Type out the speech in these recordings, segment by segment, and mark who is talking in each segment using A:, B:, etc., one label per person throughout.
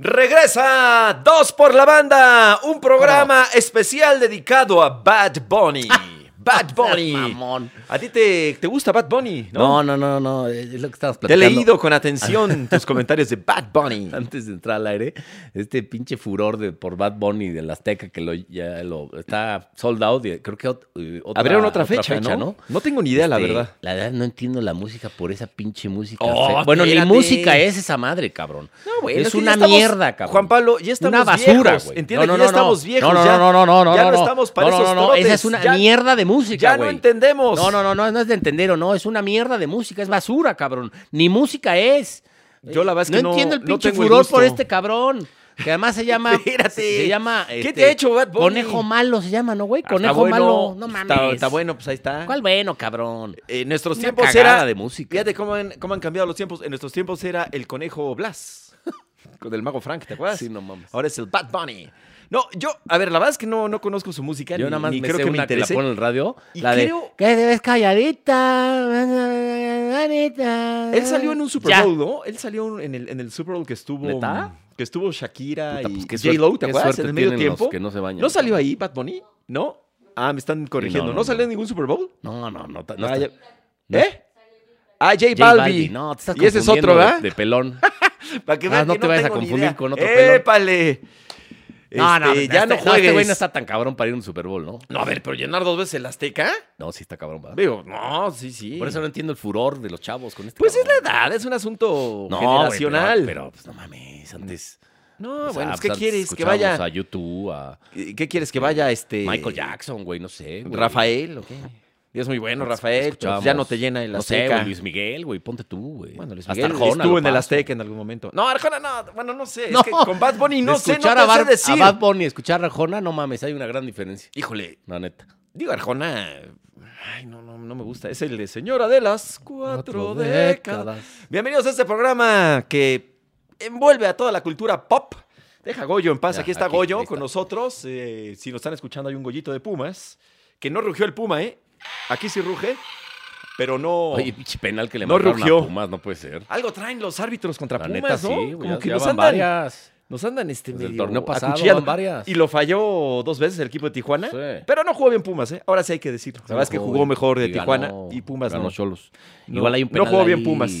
A: Regresa Dos por la Banda, un programa especial dedicado a Bad Bunny. Bad Bunny.
B: Mamón.
A: A ti te, te gusta Bad Bunny, ¿no?
B: No, no, no, no, es lo que estabas
A: Te he
B: platicando.
A: leído con atención tus comentarios de Bad Bunny.
B: Antes de entrar al aire, este pinche furor de por Bad Bunny del Azteca que lo, ya lo está sold out. y creo que ot- eh, otra,
A: Abrieron otra fecha, ¿no? ¿no? tengo ni idea, la
B: Este,
A: verdad.
B: La verdad no entiendo la música por esa pinche música.
A: Oh,
B: fe- bueno, ni
A: espérate.
B: música es esa madre, cabrón. es,
A: que
B: una
A: ya estamos-
B: mierda, cabrón.
A: Juan Pablo, ya estamos
B: una basura,
A: viejos.
B: güey.
A: Entiende que ya estamos viejos.
B: No, no,
A: ya,
B: no, no, no, no,
A: ya no,
B: no,
A: estamos para
B: no,
A: esos
B: no, no,
A: trotes.
B: esa es una
A: Ya-
B: mierda de música,
A: Ya no
B: güey.
A: entendemos.
B: No, no, no, no, no es de entender o no, es una mierda de música, es basura, cabrón. Ni música es.
A: Yo la verdad es que no-
B: entiendo el
A: no
B: pinche
A: tengo el
B: furor
A: gusto.
B: por este cabrón. Que además se llama.
A: Espérate.
B: Se llama.
A: ¿Qué
B: este,
A: te ha hecho Bad Bunny?
B: Conejo malo se llama, ¿no, güey?
A: Ah, está
B: Conejo
A: bueno,
B: malo. No mames.
A: está- está bueno, pues ahí está.
B: ¿Cuál bueno, cabrón?
A: Eh, En nuestros
B: Una
A: tiempos
B: cagada
A: era.
B: de música.
A: Fíjate cómo han, cómo han cambiado los tiempos. En nuestros tiempos era el conejo Blas. Con el mago Frank, ¿te acuerdas?
B: Sí, no mames.
A: Ahora es el Bad Bunny. No, yo, a ver, la verdad es que no, no conozco su música.
B: Yo
A: ni,
B: nada más
A: ni
B: me
A: creo
B: sé
A: que me
B: una que la
A: interese.
B: pone en el radio.
A: Y
B: la
A: creo-
B: de. Que te ves calladita. Anita.
A: Él salió en un Super
B: Ya.
A: Bowl, ¿no? Él salió en el, en el Super Bowl que estuvo.
B: ¿Neta?
A: Que estuvo Shakira
B: Puta, pues,
A: y
B: qué
A: J-Lo,
B: suerte-
A: ¿te
B: qué
A: acuerdas?
B: suerte
A: En el medio
B: tienen los
A: tiempo.
B: que no se bañan.
A: salió ahí Bad Bunny? ¿No? Ah, me están corrigiendo. ¿No,
B: no, no.
A: salió en ningún Super Bowl?
B: No, no, no. ta- no
A: Ah,
B: está-
A: ya- ¿Eh? Ah, J
B: J
A: Balbi.
B: Balvin. No, te estás
A: Y ese es otro,
B: confundiendo de-
A: ¿verdad?
B: De pelón.
A: Para que
B: Ah,
A: vean
B: no
A: que
B: te vayas a
A: tengo ni
B: confundir
A: idea.
B: con otro pelón.
A: ¡Épale!
B: No, no,
A: Este, ya no
B: No, este güey
A: juegues.
B: no está tan cabrón para ir a un Super Bowl, ¿no?
A: No, a ver, pero llenar dos veces el Azteca.
B: No, sí está cabrón, ¿verdad?
A: Digo, no, sí, sí.
B: Por eso no entiendo el furor de los chavos con este
A: Pues es
B: cabrón.
A: la edad, es un asunto
B: No, güey,
A: generacional.
B: pero, pero, pues no mames, antes.
A: no,
B: o sea,
A: bueno,
B: pues,
A: ¿qué
B: antes
A: quieres? Que
B: escuchábamos
A: vaya.
B: a YouTube, a
A: ¿Qué quieres que vaya este.
B: Michael Jackson, güey, no sé. güey.
A: Rafael, ¿o qué? Y es muy bueno, Rafael. pero
B: Escuchábamos,
A: Ya no te llena el
B: pues, No sé, güey,
A: Azteca.
B: Luis Miguel, güey, ponte tú, güey.
A: bueno, Luis
B: Hasta
A: Miguel
B: Arjona
A: estuvo
B: lo
A: en el
B: paso.
A: Azteca en algún momento. No, Arjona no, bueno, no sé.
B: No.
A: Es que con Bad Bunny no
B: De
A: sé, no
B: escuchar
A: te
B: a, Bar-
A: sé decir.
B: a Bad Bunny, escuchar a Arjona, no mames, hay una gran diferencia.
A: Híjole,
B: La neta.
A: Digo, Arjona. Ay, no, no, no me gusta. Es el de Señora de las Cuatro,
B: Cuatro
A: décadas.
B: décadas.
A: Bienvenidos a este programa que envuelve a toda la cultura pop. Deja a Goyo en paz.
B: Ya,
A: aquí está
B: aquí,
A: Goyo
B: ahí está.
A: con nosotros. Eh, si nos están escuchando, hay un Goyito de Pumas. Que no rugió el Puma, ¿eh? Aquí sí ruge, pero no.
B: Oye, pinche penal que le
A: No
B: marcaron
A: rugió.
B: a Pumas, no puede ser.
A: Algo traen los árbitros contra
B: La
A: Pumas,
B: neta,
A: ¿no?
B: sí, güey.
A: Como
B: Ya,
A: que
B: ya
A: nos
B: van
A: andan,
B: varias.
A: nos andan este
B: Desde el
A: medio
B: torneo pasado
A: acuchillando.
B: van varias.
A: Y lo falló dos veces el equipo de Tijuana.
B: Sí.
A: Pero no jugó bien Pumas, ¿eh? Ahora sí hay que decirlo. La verdad es que jugó mejor de
B: Y
A: Tijuana
B: ganó-
A: y Pumas
B: ganó
A: no.
B: Cholos.
A: No,
B: Igual hay un
A: no
B: penal
A: jugó bien
B: ahí
A: Pumas.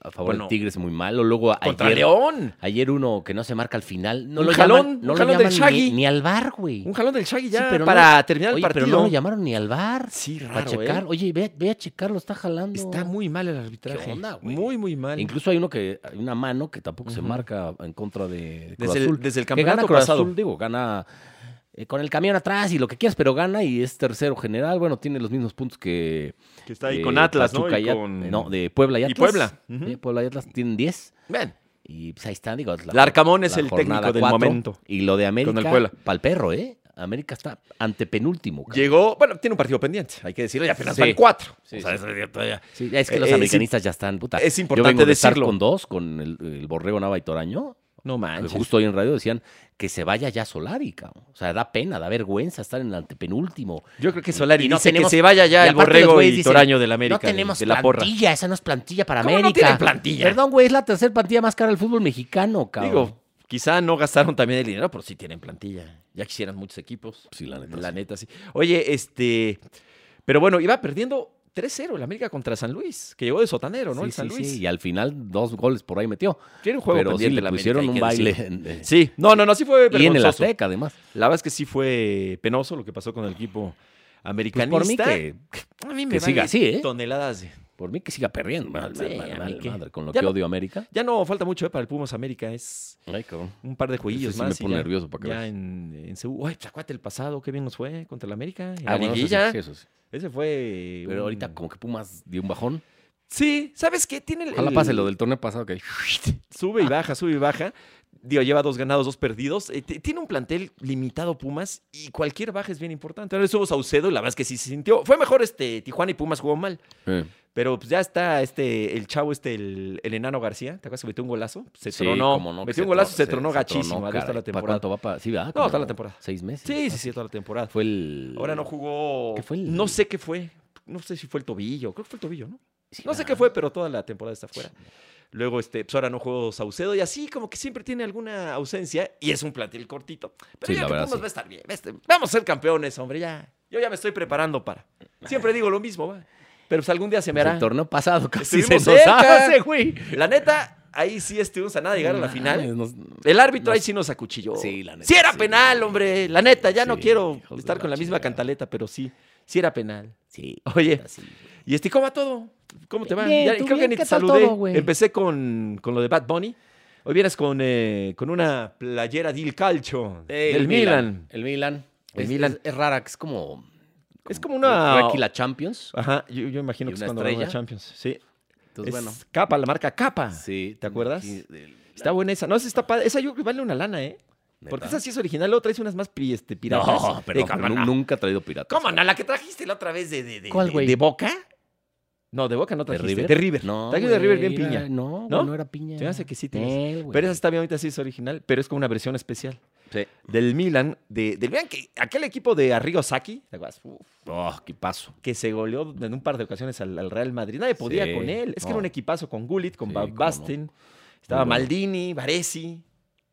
B: A favor
A: Bueno.
B: del Tigres muy malo. Luego ayer,
A: Contra León.
B: ayer uno que no se marca al final. No
A: Un
B: lo
A: jalón,
B: llaman,
A: un
B: no lo
A: jalón del
B: llaman
A: Shaggy.
B: ni, ni al bar, güey.
A: Un jalón del Shaggy ya
B: Sí, pero no-
A: para terminar
B: Oye,
A: el partido.
B: pero no lo llamaron ni al bar.
A: Sí,
B: para
A: raro, ¿eh?
B: checar. Oye, ve, ve a checarlo, está jalando.
A: Está muy mal el arbitraje.
B: ¿Qué onda, güey?
A: muy, muy mal.
B: Incluso hay uno que, hay una mano que tampoco se
A: Ujú.
B: marca en contra de Cruz
A: desde, el,
B: Azul.
A: desde el
B: que gana
A: campeonato
B: Cruz
A: pasado.
B: Azul, digo, gana eh, con el camión atrás y lo que quieras, pero gana y es tercero general. Bueno, tiene los mismos puntos que...
A: Que está ahí
B: eh,
A: con Atlas, ¿no?
B: Pachuca
A: Y
B: At-
A: con-
B: no, de Puebla y
A: y
B: Atlas.
A: Puebla. Ujú.
B: Eh, Puebla y Atlas tienen 10.
A: Ven.
B: Y pues ahí está, digo. es
A: Larcamón es el
B: jornada
A: técnico del
B: cuatro.
A: momento.
B: Y lo de América,
A: el Puebla.
B: pa'l perro, ¿eh? América está antepenúltimo. cabrón.
A: Llegó, bueno, tiene un partido pendiente, hay que decirlo, y apenas
B: Sí.
A: van cuatro.
B: Sí,
A: O sea,
B: sí.
A: es- todavía-
B: Sí, es que los
A: Eh, eh,
B: americanistas ya están, puta.
A: es
B: Yo
A: importante
B: vengo de estar
A: decirlo.
B: con dos, con el, el Borrego Nava y Toraño.
A: No manches.
B: Justo hoy en radio decían que se vaya ya Solari, cabrón. O sea, da pena, da vergüenza estar en el antepenúltimo.
A: Yo creo que Solari
B: Y no
A: dice
B: tenemos-
A: que se vaya ya
B: y
A: el
B: aparte los
A: borrego
B: güeyes
A: y
B: dicen,
A: Toraño de la América.
B: No tenemos
A: de, de la porra.
B: plantilla, esa no es plantilla para
A: ¿Cómo no
B: América.
A: tienen plantilla?
B: Perdón, güey, es la tercera plantilla más cara del fútbol mexicano, cabrón.
A: Digo, quizá no gastaron también el dinero, pero sí tienen plantilla. Ya quisieran muchos equipos.
B: Sí, la neta,
A: La
B: sí.
A: neta, sí. Oye, este. Pero bueno, iba perdiendo 3-0 el América contra San Luis, que llegó de sotanero, ¿no?
B: Sí,
A: el San
B: sí,
A: Luis.
B: sí, y al final dos goles por ahí metió.
A: Tiene un juego
B: Pero sí
A: pendiente el
B: le
A: América,
B: pusieron
A: hay
B: un
A: que
B: baile.
A: decirlo.
B: en-
A: Sí, no, no, no, sí fue
B: Y en el
A: vergonzoso.
B: Azteca, además.
A: La verdad es que sí fue penoso lo que pasó con el equipo
B: Pues
A: americanista.
B: por mí que,
A: a mí me vale
B: que siga así, ¿eh?
A: toneladas de-
B: por mí que siga perdiendo. Mal,
A: Sí,
B: mal,
A: a mí
B: mal, mal,
A: qué.
B: madre, con lo
A: Ya
B: que
A: no-
B: odio a América.
A: Ya no falta mucho ¿eh? para el Pumas América, es
B: Ay, cabrón.
A: un par de jueguillos
B: sí me
A: más. y
B: pone
A: ya-
B: nervioso para que
A: Ya
B: veas.
A: en, en Seúl. Uy, pues, acuérdate el pasado, qué bien nos fue contra el América. En la
B: Ah, bueno, eso sí,
A: liguilla. Mm.
B: sí, eso sí.
A: Ese fue.
B: Pero
A: un-
B: ahorita como que Pumas dio un bajón. Eh.
A: Sí, ¿sabes qué? Tiene el.
B: Ojalá
A: el-
B: pase lo del Ah. torneo pasado que
A: Sube y baja, sube y baja. Digo, lleva dos ganados, dos perdidos. Eh, t- tiene un plantel limitado Pumas y cualquier baja es bien importante. Ahora estuvo Saucedo y la verdad es que sí se sintió. Fue mejor este Tijuana y Pumas jugó mal. Pero pues ya está este, el chavo, este, el, el enano García. ¿Te acuerdas que metió un golazo? Se tronó. metió un golazo, se, tronó gachísimo. Adiós toda la temporada.
B: ¿Cuánto va para? Sí, ¿verdad?
A: No, está
B: Como
A: la temporada.
B: Seis meses.
A: Sí, sí, sí, toda la temporada.
B: Fue el.
A: Ahora no jugó.
B: ¿Qué fue el-
A: No sé qué fue. No sé si fue el tobillo. Creo que fue el tobillo, ¿no?
B: Sí, ah,
A: No sé
B: ¿verdad?
A: qué fue, pero toda la temporada está fuera. Luego, este, pues ahora no jugó Saucedo y así como que siempre tiene alguna ausencia y es un plantel cortito. Pero
B: Sí,
A: ya
B: la
A: que
B: verdad,
A: Pumas
B: sí.
A: va a estar bien. este, Vamos a ser campeones, hombre, ya. Yo ya me estoy preparando para. Siempre digo lo mismo, va. Pero pues algún día se me
B: Pues
A: hará.
B: el torneo pasado casi se
A: Estuvimos
B: nos
A: cerca.
B: hace, güey.
A: La neta, ahí sí estuvimos a nada de llegar a la final.
B: Nos-
A: El árbitro
B: Nos-
A: ahí sí nos acuchilló.
B: Sí, la neta,
A: Sí era
B: sí.
A: penal, hombre. La neta, ya no
B: Sí,
A: quiero
B: hijos de
A: estar
B: la
A: con la misma
B: chingada.
A: cantaleta, pero sí, sí era penal.
B: Sí.
A: Oye,
B: así, güey.
A: y este, ¿cómo va todo? ¿Cómo te va?
B: Bien,
A: Ya-
B: ¿tú
A: creo que
B: bien?
A: ni
B: ¿Qué
A: te
B: tal
A: saludé.
B: todo, güey?
A: Empecé con, con lo de Bad Bunny. Hoy vienes con, eh, con una playera del calcio del Milan.
B: El Milan.
A: El
B: es,
A: Milan.
B: Es, es rara, es como.
A: Es como una-
B: Aquí la Champions.
A: Ajá, yo, yo imagino
B: ¿Y
A: que es
B: una
A: cuando van a
B: estrella?
A: Champions. Sí.
B: Entonces,
A: es
B: bueno.
A: Capa, la marca Capa.
B: Sí.
A: ¿Te acuerdas?
B: Sí, del-
A: Está buena esa. No, esa está padre. Esa yo vale una lana, ¿eh? Porque
B: ¿Neta?
A: esa sí es original. Luego traes unas más pi- este, piratas.
B: No, pero
A: Eh, ¿cómo no?
B: nunca he traído piratas.
A: ¿Cómo no? La que trajiste la otra vez de, de, de-
B: ¿Cuál,
A: de-
B: güey?
A: de Boca. No, de Boca no trajiste.
B: River?
A: De River.
B: No.
A: Trajiste de River bien
B: güey,
A: piña.
B: era- No, güey,
A: ¿No?
B: ¿No? era piña.
A: Se me hace que sí tienes.
B: Eh, güey.
A: Pero esa está bien, ahorita sí es original, pero es como una versión especial.
B: Sí.
A: Del Milan, de, del Milan, que aquel equipo de Arrigo Sacchi, ¿te acuerdas? Uf,
B: Oh, qué paso.
A: que se goleó en un par de ocasiones al, al Real Madrid. Nadie podía
B: Sí,
A: con él. Es que
B: no.
A: era un equipazo con Gullit, con
B: Sí,
A: Van
B: cómo no.
A: Basten. Estaba
B: bueno.
A: Maldini, Baresi.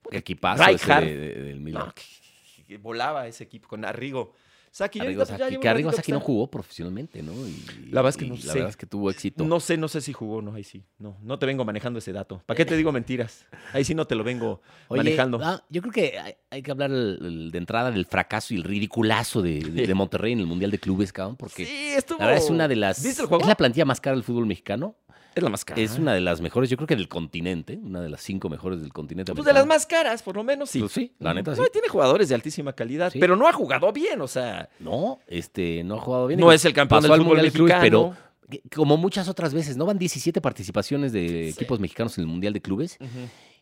B: Qué equipazo ese
A: Rijkaard.
B: de- de- del Milan.
A: No, que, que volaba ese equipo con Arrigo pues, Sacchi.
B: Arrigo Sacchi, que Arrigo Sacchi no jugó profesionalmente, ¿no? Y-
A: La verdad es que
B: y
A: no
B: La
A: sé.
B: verdad es que tuvo éxito.
A: pues, No sé, no sé si jugó, no, ahí sí. No, no te vengo manejando ese dato. ¿Para qué te digo mentiras? Ahí sí no te lo vengo
B: Oye,
A: manejando.
B: ah, yo creo que hay, hay que hablar el- el- de entrada del fracaso y el ridiculazo de, de- de Monterrey en el Mundial de Clubes, cabrón, porque
A: sí, estuvo.
B: la verdad es una de las...
A: ¿Viste el juego?
B: Es la plantilla más cara del fútbol mexicano.
A: Es la más cara. ¿eh?
B: Es una de las mejores, yo creo que del continente, una de las cinco mejores del continente.
A: Pues de las
B: americano.
A: más caras, por lo menos, sí.
B: Pues sí, la neta,
A: No,
B: sí.
A: y tiene jugadores de altísima calidad,
B: Sí.
A: pero no ha jugado bien, o sea,
B: No, este, no ha jugado bien.
A: no es el campeón del
B: Pasó al
A: fútbol
B: Mundial de Clubes,
A: mexicano.
B: pero que- como muchas otras veces, ¿no? Van 17 participaciones de equipos mexicanos en el Mundial de Clubes.
A: Ujú.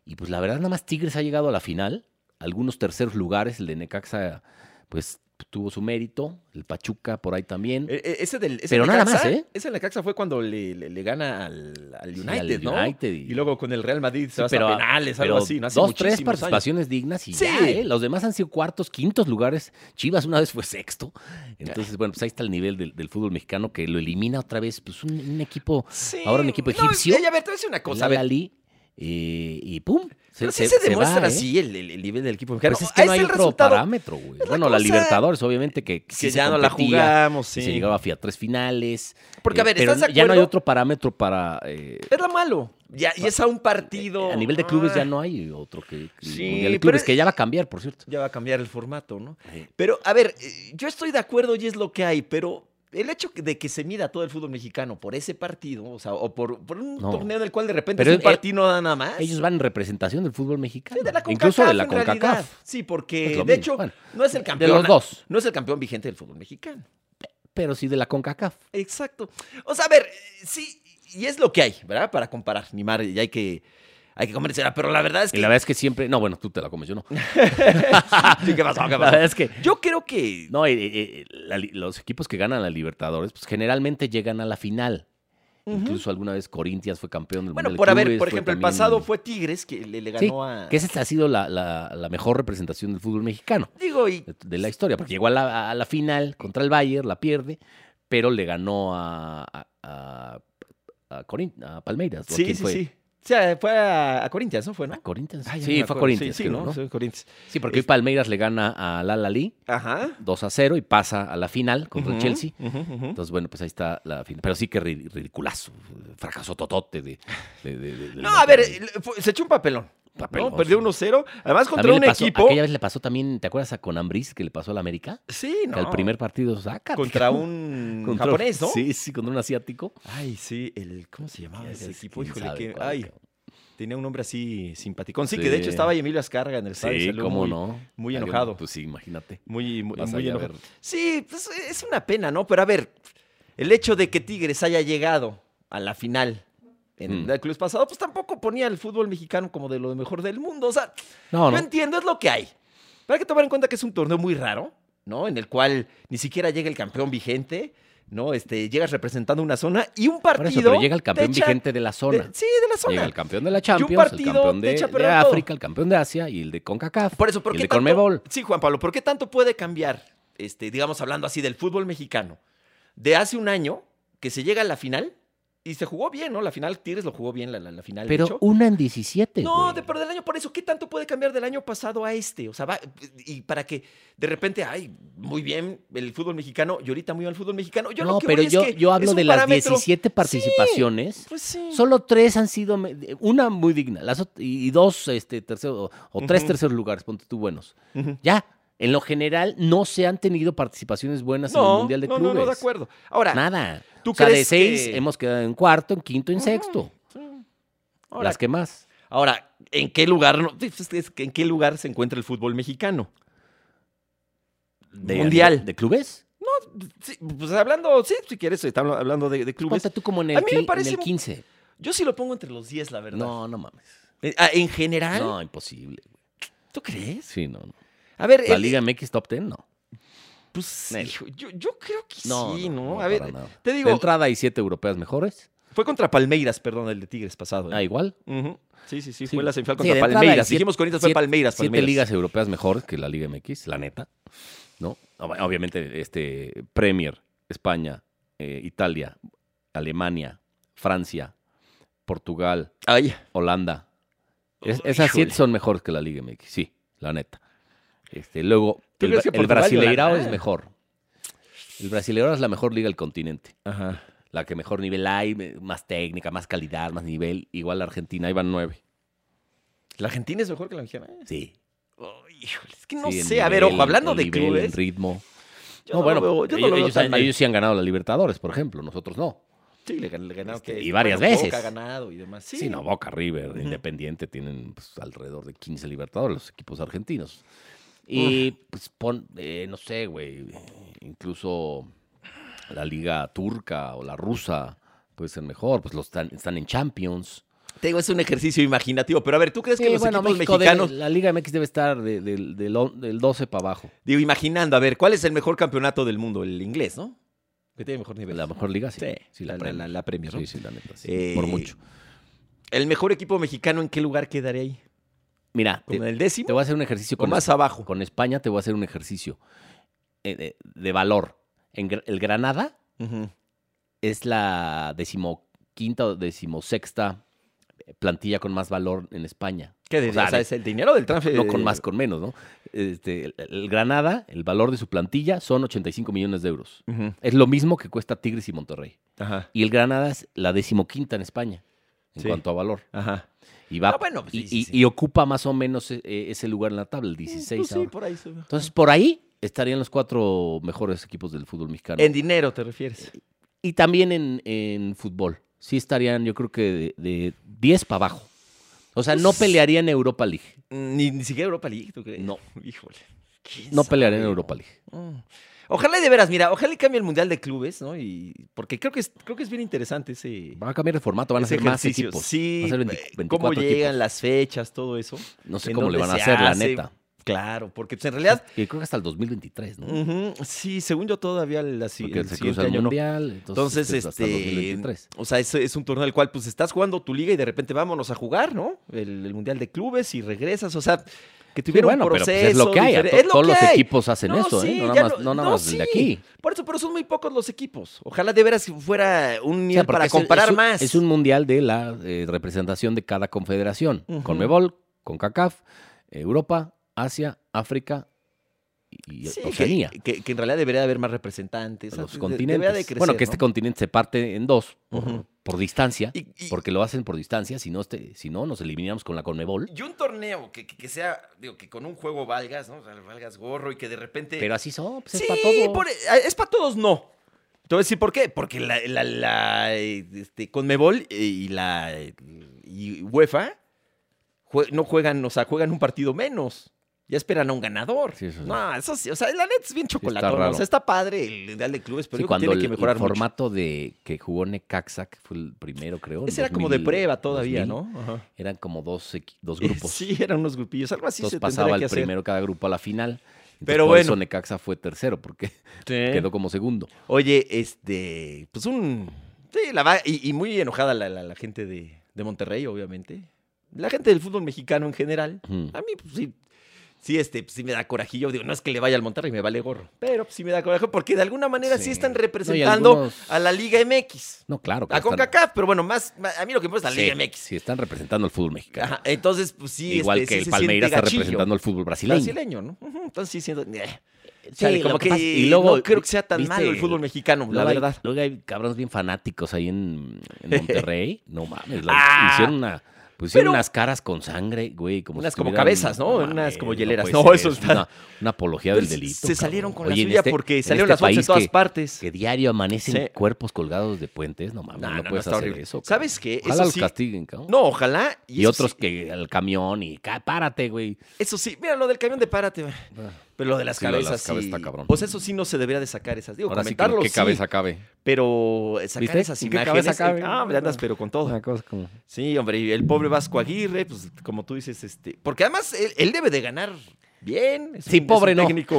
B: Y pues la verdad, nada más Tigres ha llegado a la final. Algunos terceros lugares, el de Necaxa, pues tuvo su mérito. El Pachuca por ahí también.
A: E- e- ese del, ese
B: Pero nada
A: Necaxa-
B: más, ¿eh?
A: Ese del Necaxa fue cuando le, le- le gana al, al
B: Sí, al
A: United, ¿no?
B: United y-
A: y... luego con el Real Madrid se
B: Sí,
A: va hasta
B: pero-
A: penales,
B: pero
A: algo así, ¿no? Hace
B: dos, tres
A: muchísimos años.
B: participaciones dignas y
A: Sí.
B: ya, ¿eh? Los demás han sido cuartos, quintos lugares. Chivas una vez fue sexto. Entonces, bueno, pues ahí está el nivel del, del fútbol mexicano que lo elimina otra vez. Pues un, un equipo,
A: Sí.
B: Ahora un equipo
A: No,
B: egipcio.
A: y a ver, te voy a decir una
B: el
A: cosa, a ver,
B: Al Ahly, eh, y pum.
A: pero sí se,
B: va,
A: demuestra
B: ¿eh?
A: así el, el- el nivel del equipo mexicano.
B: Pues es que
A: Ah,
B: no hay
A: el
B: otro
A: resultado
B: parámetro, güey.
A: la
B: Bueno, la
A: cosa
B: Libertadores, obviamente, que,
A: Que
B: sí se
A: ya no la
B: competía,
A: jugamos, sí.
B: que Se llegaba a tres finales.
A: Porque, a
B: eh,
A: ver,
B: pero
A: ¿estás de
B: ya no hay
A: acuerdo?
B: otro parámetro para. eh,
A: Es lo malo. Ya, y es a un partido.
B: a nivel de clubes ya
A: Ah.
B: no hay otro que. que el
A: Sí,
B: Mundial
A: pero
B: de clubes,
A: es-
B: que ya va a cambiar, por cierto.
A: Ya va a cambiar el formato, ¿no? Pero, a ver, eh, yo estoy de acuerdo y es lo que hay, pero el hecho que- de que se mida todo el fútbol mexicano por ese partido, o sea, o por, por un
B: No.
A: torneo en el cual de repente
B: Pero
A: es un
B: eh,
A: partido no da nada más.
B: Ellos van en representación del fútbol mexicano. e
A: Sí, de la CONCACAF,
B: incluso de la
A: en realidad.
B: CONCACAF.
A: Sí,
B: Es
A: porque,
B: lo
A: de
B: mismo.
A: hecho,
B: Bueno,
A: no es el
B: de
A: campeón.
B: los dos,
A: No es el campeón vigente del fútbol mexicano.
B: pero sí de la CONCACAF.
A: Exacto. O sea, a ver, eh, sí, y es lo que hay, ¿verdad? Para comparar, ni madre, y hay que, hay que convencer. Pero la verdad es
B: Y
A: que...
B: la verdad es que siempre. No, bueno, tú te la comes, yo no.
A: Sí, ¿Qué pasó? ¿Qué
B: La
A: pasó?
B: verdad es que.
A: Yo creo que...
B: No, eh, eh, la li- los equipos que ganan la Libertadores, pues generalmente llegan a la final.
A: Ujú.
B: Incluso alguna vez Corinthians fue campeón del
A: Bueno,
B: Mundial de
A: por haber,
B: Clubes,
A: por
B: fue
A: ejemplo, el
B: también-
A: pasado fue Tigres, que le, le ganó
B: Sí,
A: a...
B: Que esa ha sido la, la- la mejor representación del fútbol mexicano
A: Digo, y
B: de, de la historia, porque llegó a la, a la final contra el Bayern, la pierde, pero le ganó a, a, a- a Corin- a Palmeiras. ¿o a
A: Sí,
B: quién
A: sí,
B: fue?
A: sí. O sea, fue a, a Corinthians, ¿no fue, no?
B: ¿A Corinthians?
A: Ay, ya no me
B: sí, fue
A: acuerdo.
B: a Corinthians.
A: Sí, sí,
B: creo,
A: ¿no?
B: ¿no?
A: Sí, Corinthians.
B: Sí, porque hoy Palmeiras le gana al Alali
A: Ajá.
B: 2 a 0 y pasa a la final contra el
A: Ujú,
B: Chelsea.
A: ujú, ujú.
B: Entonces, bueno, pues ahí está la final. Pero sí que ri- ridiculazo, fracaso totote de, de- de- de- del
A: No, a ver,
B: Monterrey.
A: eh, fue- se echó un papelón.
B: Papelón,
A: ¿no? Perdió
B: sí.
A: 1-0. Además, contra
B: También
A: un
B: le pasó-
A: equipo.
B: Aquella vez le pasó también, ¿te acuerdas a con Ambriz que le pasó a la América?
A: Sí,
B: Que
A: no.
B: Al primer partido, pues, saca.
A: Contra un
B: Contra-
A: japonés, ¿no?
B: Sí, sí, contra un asiático.
A: Ay, sí, el. ¿Cómo se llamaba ese
B: Ese,
A: equipo?
B: quién
A: Híjole,
B: sabe
A: que.
B: cuál,
A: Ay,
B: cabrón.
A: tenía un nombre así simpaticón. Sí, que de hecho
B: Sí.
A: estaba ahí Emilio Azcárraga en el estadio.
B: Sí,
A: salió
B: cómo
A: muy-
B: no.
A: muy
B: Salió-
A: enojado.
B: Pues sí, imagínate.
A: Muy, muy,
B: Vas
A: muy
B: ahí a
A: enojado.
B: ver.
A: Sí, pues es una pena, ¿no? Pero a ver, el hecho de que Tigres haya llegado a la final en el
B: Mm.
A: Mundial de Clubes pasado, pues tampoco ponía al fútbol mexicano como de lo mejor del mundo. O sea,
B: No,
A: yo
B: no.
A: entiendo, es lo que hay. Pero hay que tomar en cuenta que es un torneo muy raro, ¿no? En el cual ni siquiera llega el campeón vigente, ¿no? Este, llegas representando una zona y un
B: Por
A: partido.
B: eso, pero llega el
A: te
B: campeón
A: echa-
B: vigente de la
A: de-
B: zona.
A: sí, de la
B: Llega
A: zona.
B: el campeón de la Champions,
A: partido
B: el campeón
A: te
B: de,
A: echa a
B: de
A: perder todo.
B: África, el campeón de Asia y el de CONCACAF.
A: Por eso, ¿por
B: y
A: qué
B: el de
A: tanto-
B: CONMEBOL.
A: Sí, Juan Pablo, ¿por qué tanto puede cambiar, este, digamos, hablando así del fútbol mexicano, de hace un año que se llega a la final Y se jugó bien, ¿no? La final, Tigres lo jugó bien, la, la- la final. de
B: Pero
A: hecho.
B: una en 17.
A: No,
B: güey.
A: de, pero del año, por eso, ¿qué tanto puede cambiar del año pasado a este? O sea, va, y para que de repente, ay, muy bien el fútbol mexicano y ahorita muy mal el fútbol mexicano. Yo
B: no,
A: lo que
B: pero
A: voy
B: yo,
A: es que
B: yo
A: es
B: hablo
A: un
B: de las
A: parámetro-
B: 17 participaciones.
A: Pues sí.
B: Solo tres han sido, me- una muy digna, las ot- y y dos este, tercero, o tres
A: Ujú.
B: terceros lugares, ponte tú buenos.
A: Ujú.
B: Ya, en lo general no se han tenido participaciones buenas en el
A: No,
B: Mundial de
A: no, no,
B: Clubes.
A: no, de acuerdo. Ahora,
B: Nada.
A: ¿Tú
B: o sea, de
A: crees
B: seis
A: que-
B: hemos quedado en cuarto, en quinto, en
A: Ujú.
B: sexto.
A: Sí. Ahora,
B: Las que más.
A: ahora, ¿en qué lugar no- Pues, es que- es que ¿en qué lugar se encuentra el fútbol mexicano?
B: De-
A: Mundial.
B: ¿De clubes?
A: Sí, pues hablando, sí, si quieres, estamos hablando de, de clubes.
B: Ponte tú como en
A: A
B: el,
A: mí me
B: qui- en
A: parece
B: el
A: un-
B: 15.
A: Yo sí lo pongo entre los 10, la verdad.
B: No, no mames.
A: Eh, ah, en general,
B: No, imposible.
A: ¿tú crees?
B: Sí, no. no.
A: A ver,
B: La
A: el-
B: Liga MX Top Ten, no.
A: Pues,
B: Nel.
A: hijo, yo, yo creo que
B: No,
A: sí, ¿no?
B: no,
A: a
B: para
A: ver,
B: nada.
A: te digo,
B: de entrada hay siete europeas mejores.
A: fue contra Palmeiras, perdón, el de Tigres pasado. ¿eh?
B: Ah, igual.
A: Ujú. Sí, sí, sí,
B: Sí.
A: fue la semifinal
B: Sí,
A: contra
B: de entrada hay
A: Palmeiras.
B: siete-
A: Dijimos Corinthians fue
B: siete-
A: Palmeiras,
B: Siete
A: Palmeiras.
B: ligas europeas mejores que la Liga MX, la neta. ¿No? Ob- Obviamente, este Premier, España, eh, Italia, Alemania, Francia, Portugal,
A: Ay,
B: Holanda. Es-
A: Ay,
B: esas
A: híjole.
B: siete son mejores que la Liga MX, sí, la neta. Este, luego,
A: ¿Tú
B: el,
A: crees
B: Bra-
A: que Portugal
B: el
A: y
B: Brasileirao
A: Holanda?
B: es mejor. El Brasileirao es la mejor liga del continente.
A: Ajá.
B: La que mejor nivel hay, me- más técnica, más calidad, más nivel. Igual la Argentina, ahí van nueve.
A: La Argentina es mejor que la mexicana. ¿eh?
B: Sí.
A: Ay, híjole, es que no
B: Sí, en
A: sé. A ver,
B: nivel,
A: ojo, hablando
B: en
A: de
B: nivel, en
A: clubes,
B: ritmo.
A: yo no, bueno, veo, yo no
B: ellos,
A: lo veo
B: ellos
A: tan
B: han-
A: mal.
B: ellos sí han ganado la Libertadores, por ejemplo, nosotros no.
A: Sí, le, gan- le ganaron.
B: Este,
A: que-
B: y varias
A: bueno,
B: veces.
A: Boca ha ganado y demás. Sí,
B: Sí, no, Boca, River,
A: Ujú.
B: Independiente tienen pues, alrededor de 15 Libertadores los equipos argentinos. Y pues pon, eh, no sé, güey, incluso la liga turca o la rusa puede ser mejor, pues los están, están en Champions.
A: Te digo, es un ejercicio imaginativo. Pero a ver, ¿tú crees que
B: Sí,
A: los
B: bueno,
A: equipos
B: México debe-
A: mexicanos...
B: la Liga MX debe estar de- del- del, on- del 12 para abajo.
A: Digo, imaginando, a ver, ¿cuál es el mejor campeonato del mundo? El inglés, ¿no? Que tiene mejor nivel.
B: La mejor liga, sí.
A: Sí,
B: sí,
A: la,
B: la,
A: la,
B: Premier.
A: la- la Premier, ¿no?
B: Sí, sí, la neta, sí,
A: Eh,
B: por mucho.
A: ¿El mejor equipo mexicano en qué lugar quedaría ahí?
B: Mira, te,
A: ¿Con el
B: te
A: décimo
B: voy a hacer un ejercicio
A: o
B: con
A: más abajo?
B: con España te voy a hacer un ejercicio eh, de, de valor. En, Gr- el Granada
A: Ujú.
B: es la decimoquinta o decimosexta eh, plantilla con más valor en España.
A: ¿Qué dirías?
B: O sea,
A: O sea, es el dinero del transfer.
B: No con más, con menos, ¿no? Este, el, el Granada, el valor de su plantilla son 85 millones de euros.
A: eh, Ujú.
B: Es lo mismo que cuesta Tigres y Monterrey.
A: Ajá.
B: Y el Granada es la decimoquinta en España en
A: Sí.
B: cuanto a valor.
A: Ajá.
B: Y va
A: Ah, bueno, pues sí,
B: y,
A: sí,
B: y-
A: sí.
B: y ocupa más o menos eh, ese lugar en la tabla, el 16
A: Pues sí,
B: ahora.
A: por ahí se ve.
B: Entonces, por ahí estarían los cuatro mejores equipos del fútbol mexicano.
A: En dinero te refieres.
B: Y también en, en fútbol. Sí estarían, yo creo que de, de 10 para abajo. O sea, no
A: Pues-
B: pelearían Europa League.
A: Ni, ni siquiera Europa League, ¿tú crees?
B: No.
A: Híjole. ¿Quién
B: No
A: sabe,
B: pelearían en
A: no?
B: Europa League.
A: Mm. Ojalá y de veras, mira, ojalá y cambie el Mundial de Clubes, ¿no? Y porque creo que es, creo que es bien interesante ese,
B: Van a cambiar el formato, van a
A: ese
B: ser más
A: ejercicio.
B: equipos.
A: Sí,
B: Van a ser 20
A: eh, cómo
B: 24
A: llegan
B: equipos.
A: las fechas, todo eso.
B: No sé
A: en
B: cómo le
A: dónde
B: van a
A: se
B: hacer, la
A: hace.
B: neta.
A: Claro, porque pues, en realidad,
B: Y creo que hasta el 2023, ¿no?
A: ujú, sí, según yo todavía la, si-
B: Porque
A: el
B: se
A: siguiente
B: cruza el
A: año no.
B: Mundial. Entonces,
A: Entonces,
B: este, hasta el 2023.
A: este, o sea, es, es un torneo al cual pues estás jugando tu liga y de repente vámonos a jugar, ¿no? El, el mundial de clubes y regresas, o sea, que
B: Sí,
A: tuviera
B: bueno,
A: un
B: pero
A: proceso.
B: pues, es lo que hay.
A: diferente.
B: To-
A: Es lo
B: Todos
A: que
B: los
A: hay.
B: equipos hacen
A: No,
B: eso, ¿eh?
A: sí,
B: No nada
A: ya
B: más,
A: no-
B: no nada
A: no,
B: más el de
A: sí.
B: aquí.
A: Por eso, pero son muy pocos los equipos. Ojalá de veras fuera un
B: O sea,
A: nivel
B: porque
A: para
B: es- es
A: comparar
B: un-
A: más.
B: Es un mundial de la eh, representación de cada confederación.
A: Ujú.
B: Conmebol, CONCACAF, Europa, Asia, África y y
A: Sí,
B: Oceanía.
A: que, que- que en realidad debería de haber más representantes. o sea,
B: los
A: de-
B: continentes.
A: Debería de crecer,
B: bueno, que
A: ¿no?
B: este continente se parte en dos por,
A: Ujú.
B: por distancia,
A: Y- y-
B: porque lo hacen por distancia. Si no, este- si no, nos eliminamos con la Conmebol.
A: Y un torneo que, que- que sea, digo, que con un juego valgas, ¿no? O sea, valgas gorro y que de repente.
B: Pero así son, pues
A: sí,
B: es para todos.
A: por- eh, es para todos, no. Te voy a decir por qué. Porque la, la, la, eh, este, Conmebol eh, y la eh, y UEFA jue- no juegan, o sea, juegan un partido menos. Ya esperan a un ganador.
B: Sí, eso sí.
A: No, eso sí. O sea, la neta es bien chocolatón.
B: raro.
A: o sea, está padre el Mundial de Clubes, pero
B: Sí,
A: yo creo que
B: cuando
A: tiene
B: el,
A: que
B: el
A: mejorar mucho.
B: formato de que jugó Necaxa, que fue el primero, creo. en
A: Ese era como de
B: 2000,
A: prueba todavía,
B: 2000,
A: ¿no? Ajá.
B: Eran como dos, equi- dos grupos.
A: Sí, eran unos grupillos. Algo así
B: Entonces
A: se tendría
B: pasaba
A: que
B: el
A: hacer.
B: primero cada grupo a la final. Entonces,
A: Pero
B: por eso
A: bueno. ¿Eh?
B: Necaxa fue tercero porque
A: Sí.
B: quedó como segundo.
A: Oye, este, pues un... Sí, la va, y, y muy enojada la, la- la gente de, de Monterrey, obviamente. La gente del fútbol mexicano en general.
B: Ujú.
A: A mí, pues sí, sí, este, pues, sí me da corajillo. Digo, no es que le vaya al Monterrey, me vale gorro. Pero pues, sí me da coraje porque de alguna manera sí,
B: Sí.
A: están
B: No, y
A: representando
B: algunos-
A: a la Liga MX.
B: No, claro. que
A: A
B: están-
A: CONCACAF, pero bueno, más, más- a mí lo que me importa es la
B: Sí,
A: Liga MX.
B: sí, están representando al fútbol mexicano.
A: Ajá, entonces, pues sí,
B: Igual
A: este,
B: que
A: sí
B: el
A: se
B: Palmeiras
A: siente
B: está
A: gachillo.
B: representando al fútbol brasileño.
A: brasileño, ¿no? Ujú, Entonces sí siento, eh,
B: Sí,
A: chale,
B: lo
A: como
B: que
A: que,
B: pasa- y luego,
A: no creo que sea tan
B: ¿viste?
A: malo el fútbol mexicano, la
B: luego hay-
A: verdad.
B: luego hay cabrones bien fanáticos ahí en, en Monterrey. no mames. la-
A: Ah,
B: hicieron una- pusieron
A: pero-
B: unas caras con sangre, güey. Como
A: Unas
B: si
A: como
B: tuvieran-
A: cabezas, ¿no? Unas como hieleras.
B: puede
A: No,
B: ser,
A: eso
B: es
A: está-
B: Una, una apología
A: Pero
B: del
A: se-
B: delito.
A: se
B: cabrón.
A: salieron con
B: Oye,
A: la
B: en
A: suya
B: este-
A: porque
B: en
A: salieron
B: este
A: las once en
B: país
A: todas
B: que-
A: partes.
B: Que diario amanecen
A: Sí.
B: cuerpos colgados de puentes. No mames,
A: No,
B: no,
A: no, no,
B: puedes
A: está
B: hacer
A: horrible.
B: eso. cabrón.
A: ¿Sabes qué?
B: Ojalá
A: Eso
B: los
A: sí-
B: castiguen, cabrón.
A: No, ojalá.
B: y
A: eso
B: otros
A: sí-
B: que al camión y "Cá- párate, güey.
A: Eso sí, mira lo del camión de párate. güey. Pero lo de las
B: Sí, lo de
A: cabezas.
B: las cabezas
A: sí.
B: está cabrón.
A: Pues eso sí no se debería de sacar esas. Digo,
B: Ahora sí que en
A: comentarlo
B: qué
A: sí,
B: cabeza cabe.
A: Pero sacar
B: ¿Viste?
A: esas
B: ¿En qué
A: imágenes.
B: cabeza
A: eh,
B: cabe?
A: Ah, hombre, andas, pero con todo.
B: Una cosa como...
A: Sí, hombre, y el pobre Vasco Aguirre, pues como tú dices, este. Porque además él, él debe de ganar bien. es
B: Sí,
A: un- es
B: pobre
A: un
B: no.
A: técnico.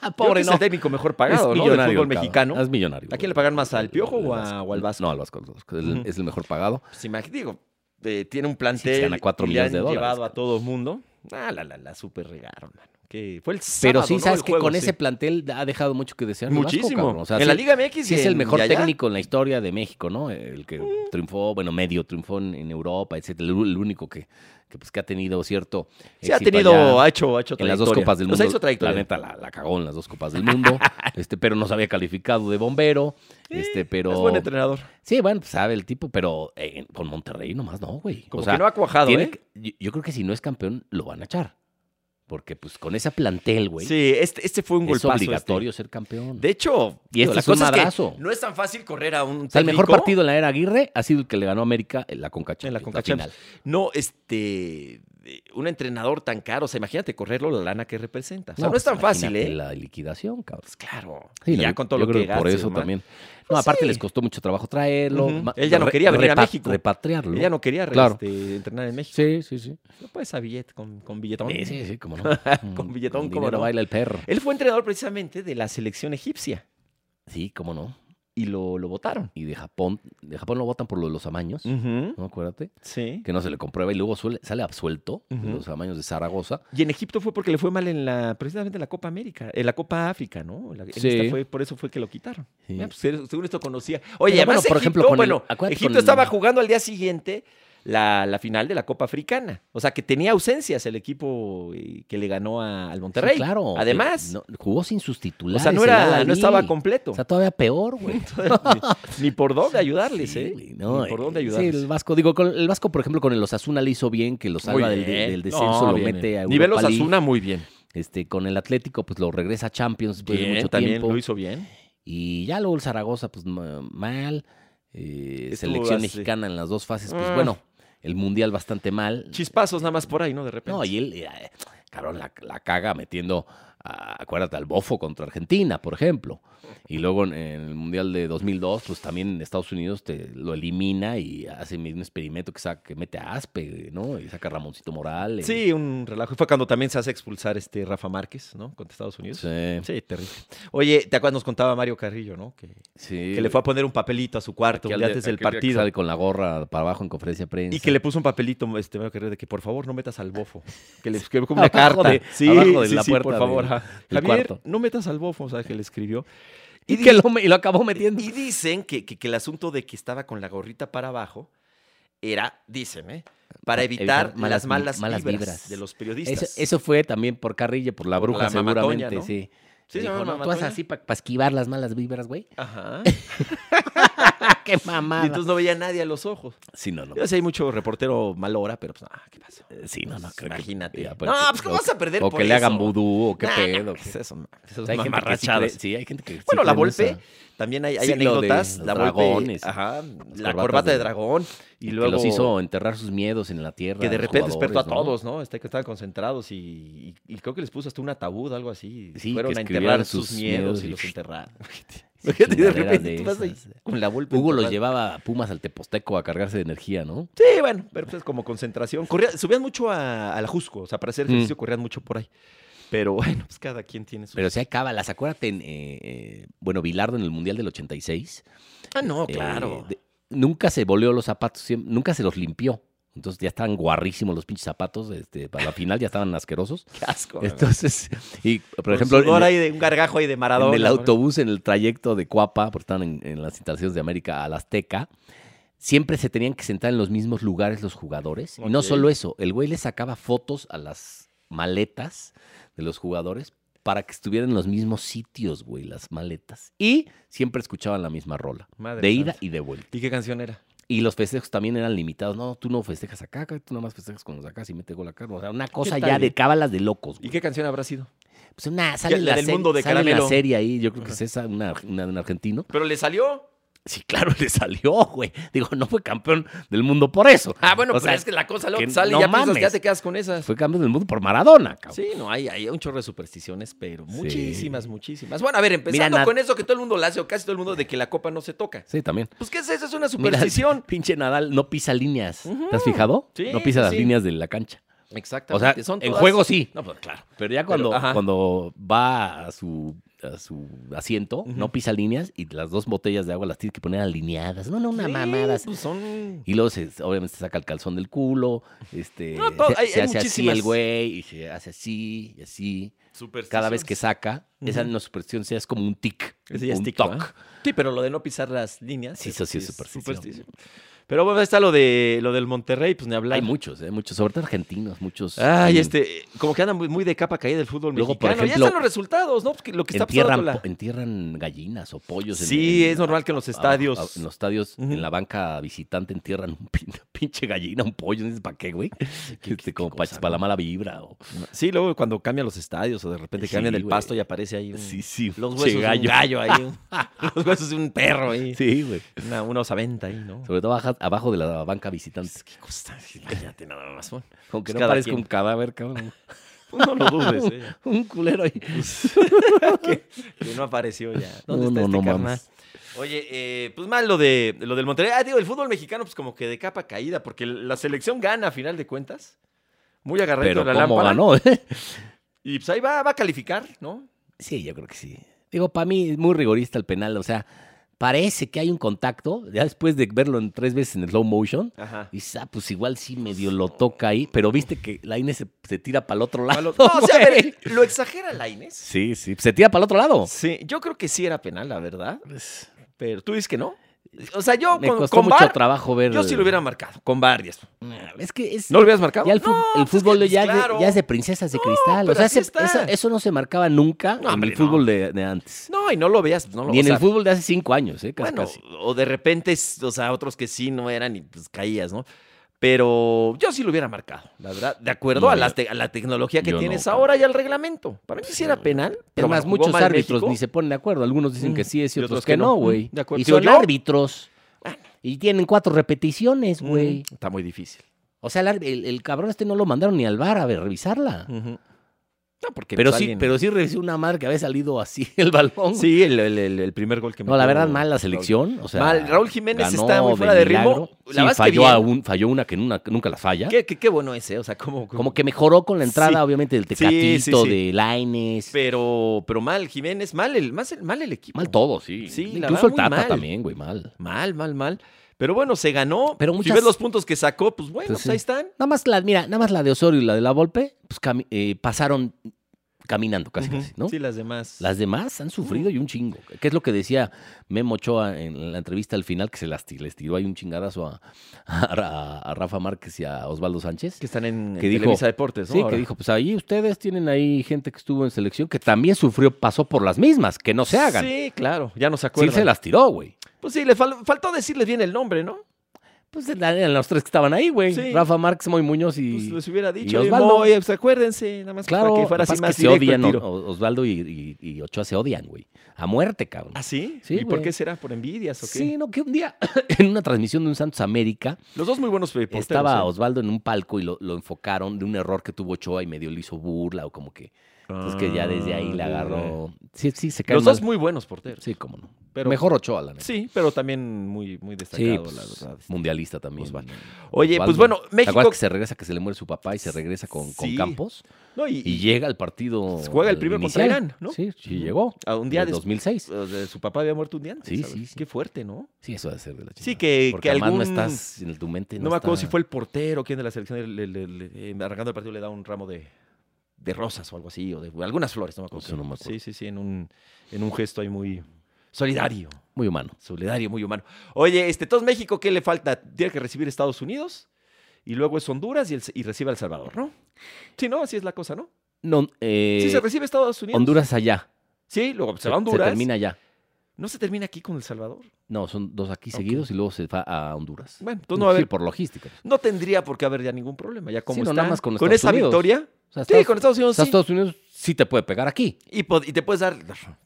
B: Ah, Pobre
A: es
B: no.
A: el técnico mejor pagado, ¿no? Del fútbol
B: cabrón. Ah,
A: mexicano.
B: Es millonario.
A: ¿A quién
B: güey.
A: le pagan más, al Piojo
B: El
A: o a- o al Vasco?
B: No, al Vasco. al Vasco. Es el-
A: Ujú.
B: Es el mejor pagado.
A: Pues imag- digo, eh, tiene un
B: Sí,
A: plantel.
B: se gana cuatro
A: y le
B: millones
A: han
B: de dólares,
A: llevado a
B: cabrón.
A: todo el mundo. Ah, la, la, la, super regaron, mano. Que fue el
B: Pero
A: sábado,
B: sí,
A: ¿no?
B: sabes
A: El
B: que
A: juego,
B: con
A: sí.
B: ese plantel ha dejado mucho que desear. el Vasco,
A: Muchísimo.
B: cabrón. O sea,
A: en la
B: sí-
A: Liga MX.
B: sí es
A: y
B: el
A: en-
B: mejor
A: y allá.
B: técnico en la historia de México, ¿no? El que triunfó, bueno, medio triunfó en, en Europa, etcétera. El, el único que, que, pues, que ha tenido cierto.
A: Sí, ha
B: éxito
A: tenido,
B: allá
A: ha hecho, ha hecho
B: en las dos
A: trayectoria.
B: copas del
A: O
B: mundo.
A: sea, hizo trayectoria.
B: la neta la, la cagó en las dos copas del mundo. este, pero no se había calificado de bombero. Este, pero
A: Es buen entrenador.
B: Sí, bueno, pues, sabe el tipo, pero eh, con Monterrey nomás no, güey.
A: Como
B: o sea,
A: que no ha cuajado,
B: tiene
A: ¿eh?
B: que- yo, yo creo que si no es campeón, lo van a echar. Porque pues con esa plantel, güey,
A: Sí, este, este fue un
B: es
A: golpazo.
B: obligatorio ser
A: este.
B: campeón.
A: De hecho,
B: Y este es un madrazo.
A: no es tan fácil correr a un
B: o sea, el mejor
A: técnico.
B: partido en la era Aguirre ha sido el que le ganó a América en la Conca Champions,
A: En la Conca
B: final.
A: No, este, eh, un entrenador tan caro. O sea, imagínate correrlo la lana que representa. O sea, no,
B: pues,
A: es tan fácil,
B: imagínate
A: ¿eh?
B: La liquidación, cabrón.
A: Pues claro.
B: Sí,
A: Y
B: no,
A: ya
B: yo-
A: con todo
B: yo
A: lo
B: creo
A: que
B: por
A: gastes y
B: eso
A: demás.
B: también. No,
A: Pues
B: aparte
A: sí.
B: les costó mucho trabajo traerlo.
A: Ujú.
B: ma-
A: Él ya no quería venir a México.
B: Repatriarlo.
A: Ella no quería re-
B: Claro.
A: este, entrenar en México.
B: Sí, sí, sí.
A: No puedes a billet con, con billetón.
B: Sí, sí, sí, cómo no. Mm,
A: Con billetón,
B: Con
A: cómo
B: dinero
A: no.
B: baila el perro.
A: Él fue entrenador precisamente de la selección egipcia
B: Sí, cómo no.
A: y lo, lo votaron.
B: y de Japón, de Japón lo votan por lo de los amaños, ¿no? Acuérdate,
A: Sí.
B: que no se le comprueba y luego suele- sale absuelto
A: Ujú.
B: de los amaños de Zaragoza.
A: Y en Egipto fue porque le fue mal en la, precisamente en la Copa América, en la Copa África, ¿no? La- en
B: Sí.
A: esta fue- por eso fue que lo quitaron.
B: Sí.
A: Mira, pues, seguro seguro esto conocía. Oye,
B: Pero bueno,
A: además
B: por
A: Egipto,
B: ejemplo, con el-
A: bueno,
B: acuérdate
A: Egipto
B: con el-
A: estaba jugando al día siguiente la, la final de la Copa Africana. O sea, que tenía ausencias el equipo eh, que le ganó a- al Monterrey.
B: Sí, claro.
A: Además,
B: Eh, no, jugó sin
A: o
B: sustituir.
A: sea, no, era, no estaba completo.
B: O sea, todavía peor, güey.
A: ni, ni por dónde ayudarles,
B: Sí,
A: ¿eh?
B: güey, no,
A: ni por
B: eh,
A: dónde
B: sí,
A: ayudarles.
B: el Vasco, digo, con el Vasco, por ejemplo, con el Osasuna le hizo bien, que lo salva
A: Muy
B: del, de-
A: bien.
B: del descenso,
A: No,
B: lo
A: bien,
B: mete
A: eh.
B: a
A: Nivel
B: Europa League.
A: Osasuna, muy bien.
B: Este, con el Atlético, pues lo regresa a Champions después de
A: Bien,
B: mucho
A: también
B: tiempo.
A: lo hizo bien.
B: Y ya luego el Zaragoza, pues ma- mal. Eh,
A: Estuvo
B: selección
A: así.
B: mexicana en las dos fases, pues
A: Ah.
B: bueno. El mundial bastante mal.
A: Chispazos nada más por ahí, ¿no? De repente.
B: No, y él, eh, cabrón, la, la caga metiendo, a- acuérdate, al bofo contra Argentina, por ejemplo. Y luego en, en el Mundial de 2002, pues también en Estados Unidos te lo elimina y hace el mismo experimento que, saca, que mete a Aspe, ¿no? Y saca a Ramoncito Morales.
A: Sí, un relajo. Y Fue cuando también se hace expulsar este Rafa Márquez, ¿no? Contra Estados Unidos. Sí,
B: Sí,
A: terrible. Oye, ¿te acuerdas? Nos contaba Mario Carrillo, ¿no? Que,
B: sí.
A: que le fue a poner un papelito a su cuarto
B: Aquel
A: un día
B: día-
A: antes del
B: aquel día que
A: partido.
B: Sale con la gorra para abajo en conferencia de prensa.
A: Y que le puso un papelito este, Mario Carrillo de que por favor no metas al bofo. Que le escribió como una
B: Abajo
A: carta.
B: de-
A: sí,
B: abajo de
A: sí,
B: la
A: sí,
B: puerta
A: por favor.
B: del-
A: ajá.
B: del
A: Javier,
B: cuarto.
A: no metas al bofo, o sea, que le escribió.
B: Y
A: di-
B: que lo, y lo acabó metiendo.
A: Y dicen que, que- que el asunto de que estaba con la gorrita para abajo era, dicen, ¿eh? Para
B: Para
A: evitar,
B: evitar malas
A: las malas,
B: vi- malas
A: vibras,
B: vibras.
A: de los
B: Eso,
A: periodistas.
B: eso fue también por Carrillo, por la
A: Por
B: bruja
A: la mamatoña,
B: seguramente,
A: ¿no?
B: sí.
A: Sí,
B: Le
A: se llama
B: dijo, no, tú vas
A: mamatoña".
B: así para esquivar las malas vibras, güey. Ah,
A: Ajá.
B: ¡Qué
A: Y
B: mamada!
A: entonces no veía a nadie a los ojos.
B: sí, no, no.
A: Yo sé, hay mucho reportero mal hora, pero pues, ah, ¿qué pasó?
B: Eh, Sí, no, no. creo que-
A: Imagínate.
B: Ya,
A: no,
B: que-
A: pues, ¿cómo
B: o-
A: vas a perder
B: O
A: por
B: que le hagan
A: eso?
B: vudú, o qué
A: Nah, nah,
B: pedo. qué-
A: es eso, ma-
B: O
A: esos
B: sea, hay gente que sí cree-
A: mamarrachados.
B: sí, hay gente que sí
A: Bueno, la
B: cree en
A: Volpe,
B: esa.
A: también hay, hay
B: Sí, lo de
A: anécdotas.
B: los
A: la Volpe,
B: dragones.
A: ajá, la
B: corbatas
A: corbata de
B: de-
A: dragón. Y luego...
B: Que los hizo enterrar sus miedos en la tierra.
A: Que de
B: los
A: repente despertó a
B: jugadores,
A: todos, ¿no? Este, que estaban concentrados y, y- y creo que les puso hasta un ataúd, algo así.
B: Sí,
A: Fueron
B: que
A: a
B: escribieron
A: enterrar sus,
B: sus
A: miedos y
B: miedos y-
A: los enterraron.
B: Sí,
A: Imagínate, de
B: chingaderas
A: repente
B: de
A: tú vas ahí
B: esas.
A: con la Volpe.
B: Hugo los
A: enterrada.
B: llevaba a Pumas al Teposteco a cargarse de energía, ¿no?
A: Sí, bueno, pero pues es como concentración. Corría- subían mucho a- al Jusco, o sea, para hacer
B: Mm.
A: ejercicio corrían mucho por ahí. Pero bueno, pues cada quien tiene su...
B: Pero sí hay cábalas. Acuérdate, en, eh, eh, bueno, Bilardo en el Mundial del 86.
A: ah, no,
B: eh,
A: claro.
B: de- nunca se volvió los zapatos, siem- nunca se los limpió. Entonces ya estaban guarrísimos los pinches zapatos. Este, para la final ya estaban asquerosos.
A: Qué asco. güey.
B: Entonces, y por
A: Con
B: ejemplo, en,
A: sudor
B: el-
A: ahí de- un gargajo ahí de Maradona.
B: en el
A: ¿no?
B: autobús, en el trayecto de Cuapa, porque estaban en, en las instalaciones de América al Azteca, siempre se tenían que sentar en los mismos lugares los jugadores. Y no
A: Ok.
B: solo eso, el güey le sacaba fotos a las maletas de los jugadores para que estuvieran en los mismos sitios, güey, las maletas. Y siempre escuchaban la misma rola,
A: Madre
B: de ida
A: santa.
B: y de vuelta.
A: ¿Y qué canción era?
B: Y los festejos también eran limitados. No, tú no festejas acá, acá, tú nada más festejas con los de acá, si mete gol acá. O sea, una cosa ya
A: tal?
B: de cábalas de locos, güey.
A: ¿Y qué canción habrá sido?
B: Pues una, sale
A: la
B: la,
A: del
B: serie-
A: mundo de
B: sale la
A: caramelo.
B: serie ahí, yo creo que
A: Ajá.
B: es esa, una, una de un argentino.
A: Pero le salió.
B: Sí, claro, le salió, güey. Digo, no fue campeón del mundo por eso.
A: Ah, bueno,
B: O
A: pues
B: sea,
A: es que la cosa
B: que
A: luego te sale
B: no
A: y ya piensas,
B: mames.
A: ya te quedas con esas.
B: Fue campeón del mundo por Maradona, cabrón.
A: Sí, no, hay, hay un chorro de supersticiones, pero
B: Sí.
A: muchísimas, muchísimas. Bueno, a ver, empezando
B: Mira, na-
A: con eso que todo el mundo la hace, o casi todo el mundo, de que la copa no se toca.
B: Sí, también.
A: Pues, ¿qué es eso? Es una
B: Mira,
A: superstición.
B: pinche Nadal no pisa líneas.
A: Ujú.
B: ¿Te has fijado?
A: Sí,
B: no pisa
A: sí,
B: las
A: sí.
B: líneas de la cancha. O sea,
A: Exactamente.
B: en
A: todas-
B: juego sí.
A: No, pues claro.
B: Pero ya
A: Pero,
B: cuando,
A: ajá.
B: cuando va a su, a su asiento,
A: Ujú.
B: no pisa líneas y las dos botellas de agua las tiene que poner alineadas. No, no, una
A: Sí,
B: mamada. así.
A: Pues son.
B: Y luego, se, obviamente, se saca el calzón del culo. Este,
A: No, todo-
B: se,
A: hay-
B: se
A: hay
B: hace así
A: muchísimas.
B: el güey y se hace así y así.
A: Supersticiones.
B: Cada vez que saca, esa
A: Ujú.
B: no es superstición, sea, es como un tic.
A: Ese ya es
B: un
A: tic,
B: toc.
A: ¿verdad? Sí, pero lo de no pisar las líneas.
B: Sí,
A: eso
B: eso sí es superstición.
A: Pero bueno, ahí está lo, de, lo del Monterrey, pues ni hablar.
B: Hay muchos, ¿eh? muchos, sobre todo argentinos, muchos.
A: Ay,
B: en-
A: este, como que andan muy, muy de capa caída del fútbol
B: Luego, por
A: mexicano. ya
B: ejemplo,
A: están los resultados, ¿no? Pues que lo que está pasando
B: Entierran,
A: con la-
B: po- entierran gallinas o pollos. en- Ah,
A: Sí,
B: en-
A: es normal que en los
B: abajo-
A: estadios.
B: a- en los estadios,
A: Ujú.
B: en la banca visitante, entierran un pin- pinche gallina, un pollo. ¿Dices para qué, güey?
A: qué-
B: Este,
A: qué
B: como para
A: cosa,
B: la mala vibra. o-
A: Sí, luego cuando cambian los estadios o de repente
B: Sí,
A: cambian el
B: güey.
A: pasto y aparece ahí un-
B: Sí, sí.
A: los
B: pinche
A: huesos de un
B: gallo.
A: gallo ahí. un- los huesos de un perro ahí.
B: Sí, güey.
A: Una, una osaventa ahí, ¿no?
B: Sobre todo abajo, abajo de la banca visitante.
A: Qué cosa, imagínate nada más. bueno.
B: Aunque
A: Pues
B: no
A: cada
B: parezca
A: quien.
B: un cadáver, cabrón.
A: No lo dudes, ¿eh?
B: un culero ahí.
A: que no apareció ya. ¿Dónde
B: No,
A: está
B: no,
A: este
B: no
A: carnal?
B: mames.
A: Oye, eh, pues mal lo, de, lo del Monterrey. Ah, digo, el fútbol mexicano pues como que de capa caída, porque la selección gana a final de cuentas. Muy agarradito
B: Pero
A: de la
B: cómo
A: lámpara.
B: ganó, ¿eh?
A: Y pues ahí va, va a calificar, ¿no?
B: Sí, yo creo que sí. Digo, para mí es muy rigorista el penal. O sea, parece que hay un contacto. Ya después de verlo en tres veces en slow motion,
A: Ajá.
B: dices, ah, pues igual sí medio lo toca ahí. Pero viste que la Inés se, se tira para el otro
A: A
B: lado.
A: lo- No, o sea, a ver,
B: güey.
A: ¿lo exagera la Inés?
B: Sí, sí. Se tira para el otro lado.
A: Sí, yo creo que sí era penal, la verdad. Pero tú dices que no. O sea, yo
B: Me
A: Pues, con,
B: costó
A: con
B: mucho
A: VAR,
B: trabajo ver. Mm,
A: yo sí lo hubiera marcado. Con VAR y eso.
B: Es que es.
A: ¿No lo hubieras marcado?
B: Ya el, fu-
A: No,
B: el
A: pues es
B: fútbol
A: que,
B: ya,
A: pues, claro.
B: de, ya es de princesas de cristal.
A: pero
B: o sea,
A: así
B: se-
A: está.
B: esa- eso no se marcaba nunca
A: No,
B: en
A: hombre,
B: el
A: no.
B: fútbol de, de antes.
A: No, y no lo veas. No lo,
B: Ni
A: o
B: en
A: sea,
B: el fútbol de hace cinco años, ¿eh? Casi,
A: Bueno,
B: casi.
A: o de repente, es- o sea, otros que sí no eran y pues caías, ¿no? Pero yo sí lo hubiera marcado, la verdad. De acuerdo
B: No,
A: a,
B: yo-
A: las te- a la tecnología que
B: yo no,
A: tienes
B: cabrón.
A: ahora y al reglamento. Para mí sí era penal. Pero
B: Además,
A: bueno, jugó
B: muchos
A: mal
B: árbitros
A: México.
B: ni se ponen de acuerdo. Algunos dicen
A: Mm.
B: que sí es y
A: Y
B: otros, que no, güey.
A: Mm, de acuerdo.
B: y
A: Digo
B: son
A: yo-
B: árbitros. Y tienen cuatro repeticiones,
A: Mm,
B: güey.
A: Está muy difícil.
B: O sea, el, ar- el- el cabrón este no lo mandaron ni al bar a ver, revisarla.
A: Ujú. No, porque Mm,
B: Pero
A: pues,
B: sí,
A: alguien-
B: pero sí revisó una madre que había salido así el balón.
A: Sí, el, el- el- el primer gol que
B: No, la
A: metió
B: verdad, mal la
A: Raúl.
B: selección. O sea,
A: Mal, Raúl Jiménez
B: ganó
A: está muy
B: de
A: fuera de ritmo. La
B: milagro. Sí,
A: verdad es que
B: falló,
A: bien.
B: a un- falló una que nuna- nunca la falla.
A: Qué, qué- qué bueno ese, o sea, como...
B: Como que mejoró con la entrada,
A: Sí.
B: obviamente, del
A: Sí, sí,
B: Tecatito,
A: sí.
B: de Laines.
A: Pero, pero mal, Jiménez, mal el, más el, mal el equipo.
B: Mal todo, sí.
A: Sí, la
B: Incluso
A: verdad,
B: el
A: muy
B: Tata
A: mal.
B: también, güey, mal.
A: Mal, mal, mal. Pero bueno, se ganó.
B: Pero
A: Si
B: muchas-
A: ves los puntos que sacó, pues bueno,
B: Pues
A: pues
B: sí.
A: ahí están.
B: Nada más la, mira, nada más la de Osorio y la de la Volpe, pues cami- eh, pasaron caminando casi,
A: Ujú.
B: casi, ¿no?
A: Sí, las demás.
B: Las demás han sufrido y un chingo. ¿Qué es lo que decía Memo Ochoa en la entrevista al final? Que se las ti- les tiró ahí un chingadazo a, a Ra- a Rafa Márquez y a Osvaldo Sánchez.
A: que están en,
B: que
A: en
B: dijo-
A: Televisa Deportes, ¿no?
B: Sí,
A: Ahora.
B: que dijo, pues ahí ustedes tienen ahí gente que estuvo en selección que también sufrió, pasó por las mismas, que no se hagan. Sí,
A: Sí, claro, ya no se acuerdan.
B: se las tiró, güey.
A: Pues sí, le fal- faltó decirles bien el nombre, ¿no?
B: Pues la- eran los tres que estaban ahí, güey.
A: Sí.
B: Rafa Márquez, Moy Muñoz
A: Pues
B: y...
A: les hubiera dicho.
B: y
A: "Oye,
B: Osvaldo".
A: Moy, pues acuérdense, nada más
B: Claro,
A: para que fuera
B: lo
A: así
B: pasa
A: más
B: es que se
A: directo el
B: odian, o-
A: tiro.
B: o- Osvaldo y, y- y Ochoa se odian, güey. A muerte, cabrón.
A: ¿Ah, sí?
B: Sí,
A: ¿Y por
B: güey.
A: qué será? ¿Por envidias o qué?
B: Sí, no, que un día en una transmisión de un Santos América
A: Los dos muy buenos eh, porteros.
B: estaba
A: ¿eh?
B: Osvaldo en un palco y lo, lo enfocaron de un error que tuvo Ochoa y medio le hizo burla o como que Entonces pues, que ya desde ahí la agarró. Sí, sí, se cae.
A: Ah, Los dos muy buenos porteros.
B: Sí, cómo no.
A: Pero-
B: Mejor Ochoa, la neta.
A: Sí, pero también muy, muy destacado,
B: Sí,
A: la
B: pues,
A: verdad.
B: mundialista también.
A: Osvaldo. Oye, pues
B: Osvaldo.
A: bueno,
B: ¿Te acuerdas
A: México.
B: que se regresa, que se le muere su papá y se regresa con, con
A: Sí.
B: Campos?
A: No, y,
B: Y llega al partido.
A: Juega el primero contra
B: inicial.
A: Irán, ¿no?
B: Sí, sí llegó.
A: a un día
B: En el
A: después.
B: 2006.
A: Su papá había muerto un día antes.
B: Sí,
A: ¿sabes?
B: sí, sí.
A: Qué fuerte, ¿no?
B: Sí, eso debe ser de la chica.
A: Sí, que,
B: Porque
A: que
B: además
A: algún.
B: no estás en el- tu mente.
A: no
B: No,
A: me acuerdo si
B: está-
A: fue el portero, quién de la selección, le- le- le- eh, arrancando el partido, le da un ramo de, de rosas o algo así, o de algunas flores, no me acuerdo.
B: Eso no me
A: Sí,
B: acuerdo.
A: sí, sí, en un, en un gesto ahí muy solidario.
B: Muy humano.
A: Solidario, muy humano. Oye, este, entonces México, ¿qué le falta? Tiene que recibir Estados Unidos y luego es Honduras y, el- y recibe a El Salvador, ¿no? Sí, ¿no? Así es la cosa, ¿no?
B: No, eh,
A: sí, se recibe a Estados Unidos.
B: Honduras allá.
A: Sí, luego pues, se va a Honduras.
B: termina allá.
A: ¿No se termina aquí con El Salvador?
B: No, son dos aquí
A: Ok.
B: seguidos y luego se va a Honduras.
A: Bueno, entonces no va a
B: Sí,
A: haber-
B: por logística.
A: No tendría por qué haber ya ningún problema, ya como
B: Sí, no,
A: está.
B: nada más con Estados
A: esa
B: Unidos.
A: victoria.
B: O sea,
A: Sí,
B: Estados,
A: con Estados
B: o
A: Unidos
B: sea,
A: sí.
B: Estados Unidos sí te puede pegar aquí.
A: Y, pod- y te puedes dar,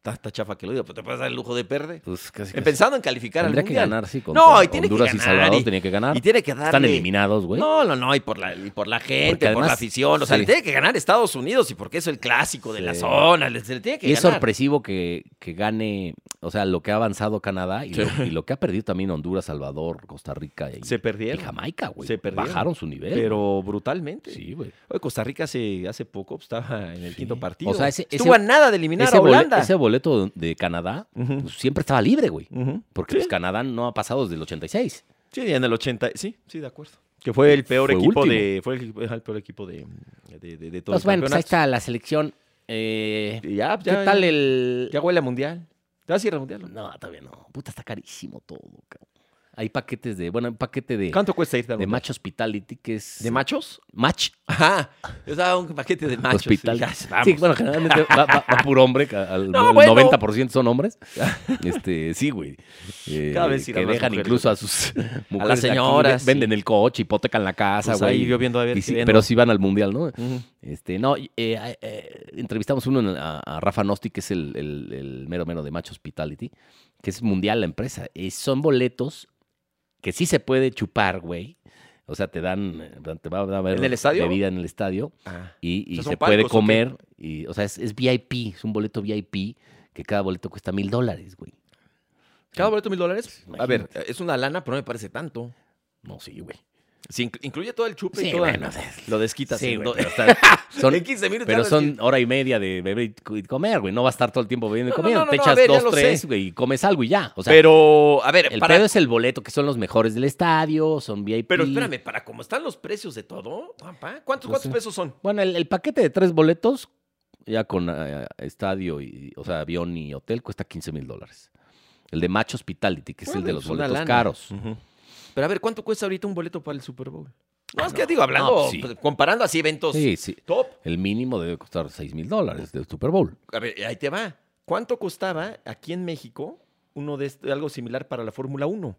A: tanta chafa que lo digo, pero te puedes dar el lujo de perder.
B: Pues casi.
A: Eh,
B: casi.
A: Pensando en calificar
B: Tendría
A: al
B: que
A: mundial.
B: ganar, sí. Con
A: No, y tiene que
B: Honduras y
A: ganar,
B: Salvador
A: y-
B: tenía que ganar.
A: Y tiene que darle.
B: Están eliminados, güey.
A: No, no, no, y por la, y por la gente,
B: Porque
A: por la
B: además-
A: afición. O sea,
B: sí.
A: le tiene que ganar Estados Unidos y porque es el clásico de la
B: Sí.
A: zona. Le, se le tiene que
B: y es
A: ganar.
B: sorpresivo que, que gane, o sea, lo que ha avanzado Canadá y,
A: Sí.
B: lo, y lo que ha perdido también Honduras, Salvador, Costa Rica y,
A: Se
B: y
A: perdieron.
B: Jamaica, güey.
A: Se perdieron.
B: Bajaron su nivel.
A: Pero brutalmente.
B: Sí, güey.
A: Oye, Costa Rica hace, hace poco pues, estaba en el
B: Sí.
A: quinto partido.
B: O sea, ese-
A: Estuvo
B: ese-
A: a nada de eliminar
B: Ese,
A: a
B: bole-
A: Holanda.
B: ese boleto de, de Canadá
A: Ujú.
B: pues, siempre estaba libre, güey.
A: Ujú.
B: Porque
A: Sí.
B: pues, Canadá no ha pasado desde el 86.
A: Sí, en el 80, sí, sí, de acuerdo. Que fue el peor
B: Fue
A: equipo
B: último.
A: de. Fue el, ajá, el peor equipo de, de, de, de todo
B: Pues
A: el
B: bueno, pues ahí
A: campeonato.
B: está la selección. Eh,
A: Y Ya,
B: ¿Qué
A: ya,
B: tal el...?
A: Ya huele a mundial. ¿Te vas a ir al mundial?
B: No, todavía no. Puta, está carísimo todo, cabrón. Hay paquetes de... Bueno, hay un paquete de,
A: ¿Cuánto cuesta irte al
B: de
A: mundial?
B: Match Hospitality que es...
A: ¿De machos?
B: Match
A: Ajá. Yo estaba un paquete de machos.
B: hospital.
A: y ya,
B: Sí,
A: vamos.
B: bueno, generalmente va, va- va puro hombre, ca- al
A: No,
B: el
A: bueno.
B: 90% son hombres. Este, sí, güey. Eh,
A: Cada vez irán
B: que
A: más
B: dejan
A: mujeres.
B: incluso a sus mujeres
A: las
B: aquí,
A: señoras,
B: ve- venden el coche, hipotecan la casa,
A: Pues
B: güey.
A: ahí yo viendo a ver.
B: Y
A: qué
B: sí,
A: vendo.
B: pero sí van al mundial, ¿no?
A: Ujú.
B: Este, no, eh, eh, eh, entrevistamos uno en- a, a Rafa Nosti, que es el, el- el mero mero de Match Hospitality, que es mundial la empresa. Y son boletos que sí se puede chupar, güey. O sea, te dan, eh, te va a haber
A: ¿En el estadio?
B: bebida en el estadio
A: Ah.
B: y, y
A: sea, ¿son
B: se puede
A: palcos o qué?
B: comer. Y, o sea, es, es VIP, es un boleto VIP que cada boleto cuesta mil dólares, güey.
A: ¿Cada boleto mil dólares? A ver,
B: Imagínate.
A: es una lana, pero no me parece tanto.
B: No, sí, güey.
A: Si inclu- incluye todo el chupe y
B: Sí,
A: todo.
B: bueno, o sea,
A: lo desquitas.
B: sí,
A: en
B: güey,
A: do-
B: pero, está- son,
A: en 15 minutos. ya
B: pero
A: lo
B: son
A: desquitas.
B: hora y media de beber y co- y comer, güey. No va a estar todo el tiempo bebiendo y
A: No, no,
B: comiendo.
A: no, no,
B: Te
A: no, a
B: echas
A: ver, ya
B: dos,
A: lo
B: tres,
A: sé.
B: güey, y comes algo y ya. O sea,
A: Pero, a ver,
B: el
A: para,
B: pedo es el boleto, que son los mejores del estadio, son VIP.
A: Pero espérame, para cómo están los precios de todo, papá, ¿cuántos,
B: No
A: cuántos
B: sé.
A: pesos son?
B: Bueno, el, el paquete de tres boletos, ya con eh, estadio, y, o sea, avión y hotel, cuesta 15 mil dólares. El de Match Hospitality, que es el de
A: pues
B: los boletos caros.
A: Pero a ver, ¿cuánto cuesta ahorita un boleto para el Super Bowl? No,
B: Ah,
A: es que
B: no.
A: digo, hablando,
B: No, pues sí.
A: pues, comparando así eventos
B: Sí, sí.
A: top,
B: El mínimo debe costar 6 mil dólares del Super Bowl.
A: a ver, ahí te va. ¿Cuánto costaba aquí en México uno de est- algo similar para la Fórmula 1?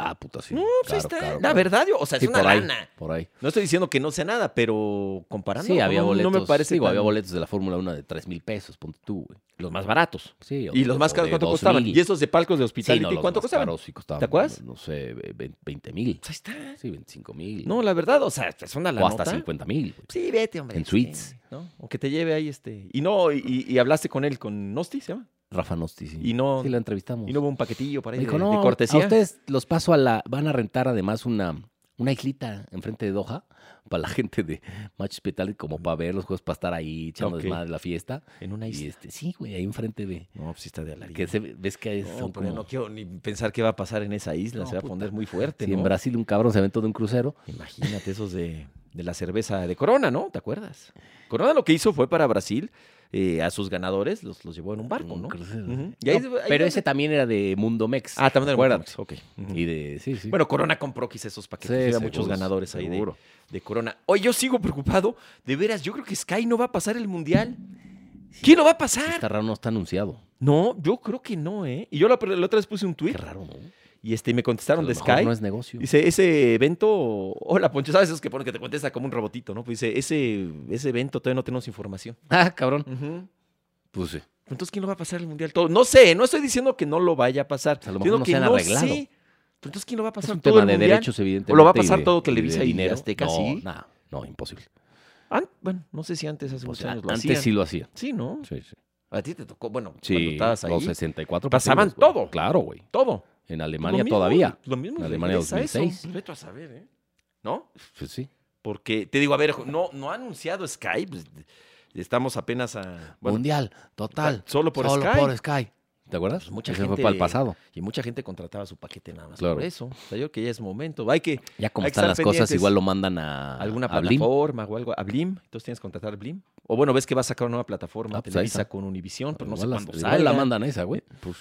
B: Ah, puta, sí.
A: no, pues ahí
B: Caro,
A: está,
B: caro,
A: la
B: caro.
A: verdad, yo- o sea,
B: Sí,
A: es una
B: por ahí,
A: lana.
B: por ahí.
A: No estoy diciendo que no sea nada, pero comparando,
B: Sí, había
A: no,
B: boletos.
A: no me parece
B: digo, había
A: tan-
B: boletos de la Fórmula 1 de 3 mil pesos, ponte tú, güey.
A: los más baratos.
B: Sí, o-
A: Y los más
B: o
A: caros,
B: de
A: ¿cuánto
B: 2,000.
A: costaban? Y esos de palcos de
B: Sí,
A: hospitality,
B: no, los
A: ¿cuánto
B: más
A: costaban?
B: caros sí costaban,
A: ¿Te acuerdas?
B: No sé, ve- ve- 20 mil.
A: Pues ahí está.
B: Sí, 25 mil.
A: No, la verdad, o sea, es una
B: o
A: lana.
B: hasta 50 mil.
A: Sí, vete, hombre.
B: En
A: sí,
B: suites.
A: ¿no? O que te lleve ahí este. Y no, y, y- y hablaste con él, con Nosti, ¿se llama?
B: Rafa Nosti, sí.
A: Y no-
B: Sí, la entrevistamos.
A: Y no hubo un paquetillo para
B: Me
A: ahí
B: dijo,
A: de,
B: no,
A: de cortesía.
B: a ustedes los paso a la... Van a rentar además una, una islita enfrente de Doha para la gente de Match Hospital como para ver los juegos, para estar ahí echando
A: Ok.
B: desmadre la fiesta.
A: En una
B: Y
A: isla.
B: este, sí, güey, ahí enfrente de...
A: No, pues sí está de alargue.
B: Que se- ves que
A: No,
B: son
A: pero
B: como...
A: no quiero ni pensar qué va a pasar en esa isla.
B: No,
A: se va a
B: puta.
A: poner muy fuerte,
B: Sí,
A: ¿no?
B: en Brasil un cabrón se aventó de un crucero.
A: Imagínate esos de, de la cerveza de Corona, ¿no? ¿Te acuerdas? Corona lo que hizo fue para Brasil, eh, a sus ganadores los, los llevó en un barco,
B: un
A: ¿no?
B: crucero.
A: Ujú. Y ahí-
B: No,
A: ahí
B: pero
A: donde-
B: ese también era de Mundo Mex.
A: Ah, también de
B: acuérdate.
A: Ok. Ujú.
B: Y de... Sí, sí.
A: Bueno, Corona compró quizás esos
B: Sí, pues,
A: paquetes. Había
B: seguro,
A: muchos ganadores ahí de,
B: seguro.
A: de Corona. Hoy yo sigo preocupado. De veras, yo creo que Sky no va a pasar el Mundial. ¿Quién lo va a
B: Sí, Está
A: pasar?
B: raro, no está anunciado.
A: No, yo creo que no, ¿eh? Y yo la, la otra vez puse un
B: Qué
A: tweet
B: raro, ¿no?
A: y este, me
B: A
A: contestaron
B: lo
A: de
B: mejor
A: Sky.
B: no es negocio.
A: Dice, ese evento... Hola, Poncho. ¿Sabes esos que ponen que te contesta como un robotito, no? Pues dice, ese, ese evento todavía no tenemos información.
B: Ah, cabrón. Pues sí.
A: Entonces, ¿quién lo va a pasar el Mundial? Todo. No sé, no estoy diciendo que no lo vaya a pasar.
B: O sea, Pues, a lo
A: Digo
B: mejor no
A: que
B: se han arreglado.
A: sé. Pero entonces, ¿quién lo va a
B: Es
A: pasar
B: un
A: todo
B: tema
A: el
B: de
A: Mundial?
B: derechos, evidentemente.
A: ¿O lo va a pasar
B: y de-
A: todo
B: de
A: Televisa y
B: dinero?
A: Azteca,
B: no,
A: sí?
B: nah, no, imposible.
A: An- ¿Ah? bueno, no sé si antes hace
B: Pues,
A: muchos
B: a-
A: años lo
B: antes
A: hacían.
B: sí lo hacía.
A: Sí, ¿no?
B: Sí, sí.
A: A ti te tocó, bueno, cuando
B: Sí,
A: estabas ahí,
B: los 64
A: pasaban
B: partidos, güey.
A: todo.
B: Claro, güey.
A: todo.
B: En Alemania
A: Lo mismo,
B: todavía.
A: Lo mismo
B: En Alemania
A: regresa eso.
B: 2006.
A: Vete a saber, ¿eh? ¿No?
B: Pues sí.
A: Porque te digo, a ver, no, no ha anunciado Skype. Estamos apenas a. Bueno,
B: Mundial, total.
A: solo por
B: solo
A: Sky.
B: por Sky. ¿Te acuerdas?
A: Pues mucha
B: Ese
A: gente-
B: fue para el pasado.
A: Y mucha gente contrataba su paquete nada más
B: Claro.
A: por eso. O sea, yo creo que ya es momento. Hay que
B: Ya como
A: Hay que Ah,
B: están
A: estar
B: las
A: pendientes.
B: cosas, igual lo mandan a
A: alguna
B: Ah, a Blim.
A: plataforma o algo. A Blim, entonces tienes que contratar Blim. O bueno, ves que va a sacar una nueva plataforma,
B: Ah, pues ahí
A: Televisa
B: está.
A: con Univisión, pero no sé
B: Igual las-
A: cuándo
B: igual
A: salga.
B: la mandan esa, güey.
A: Pues,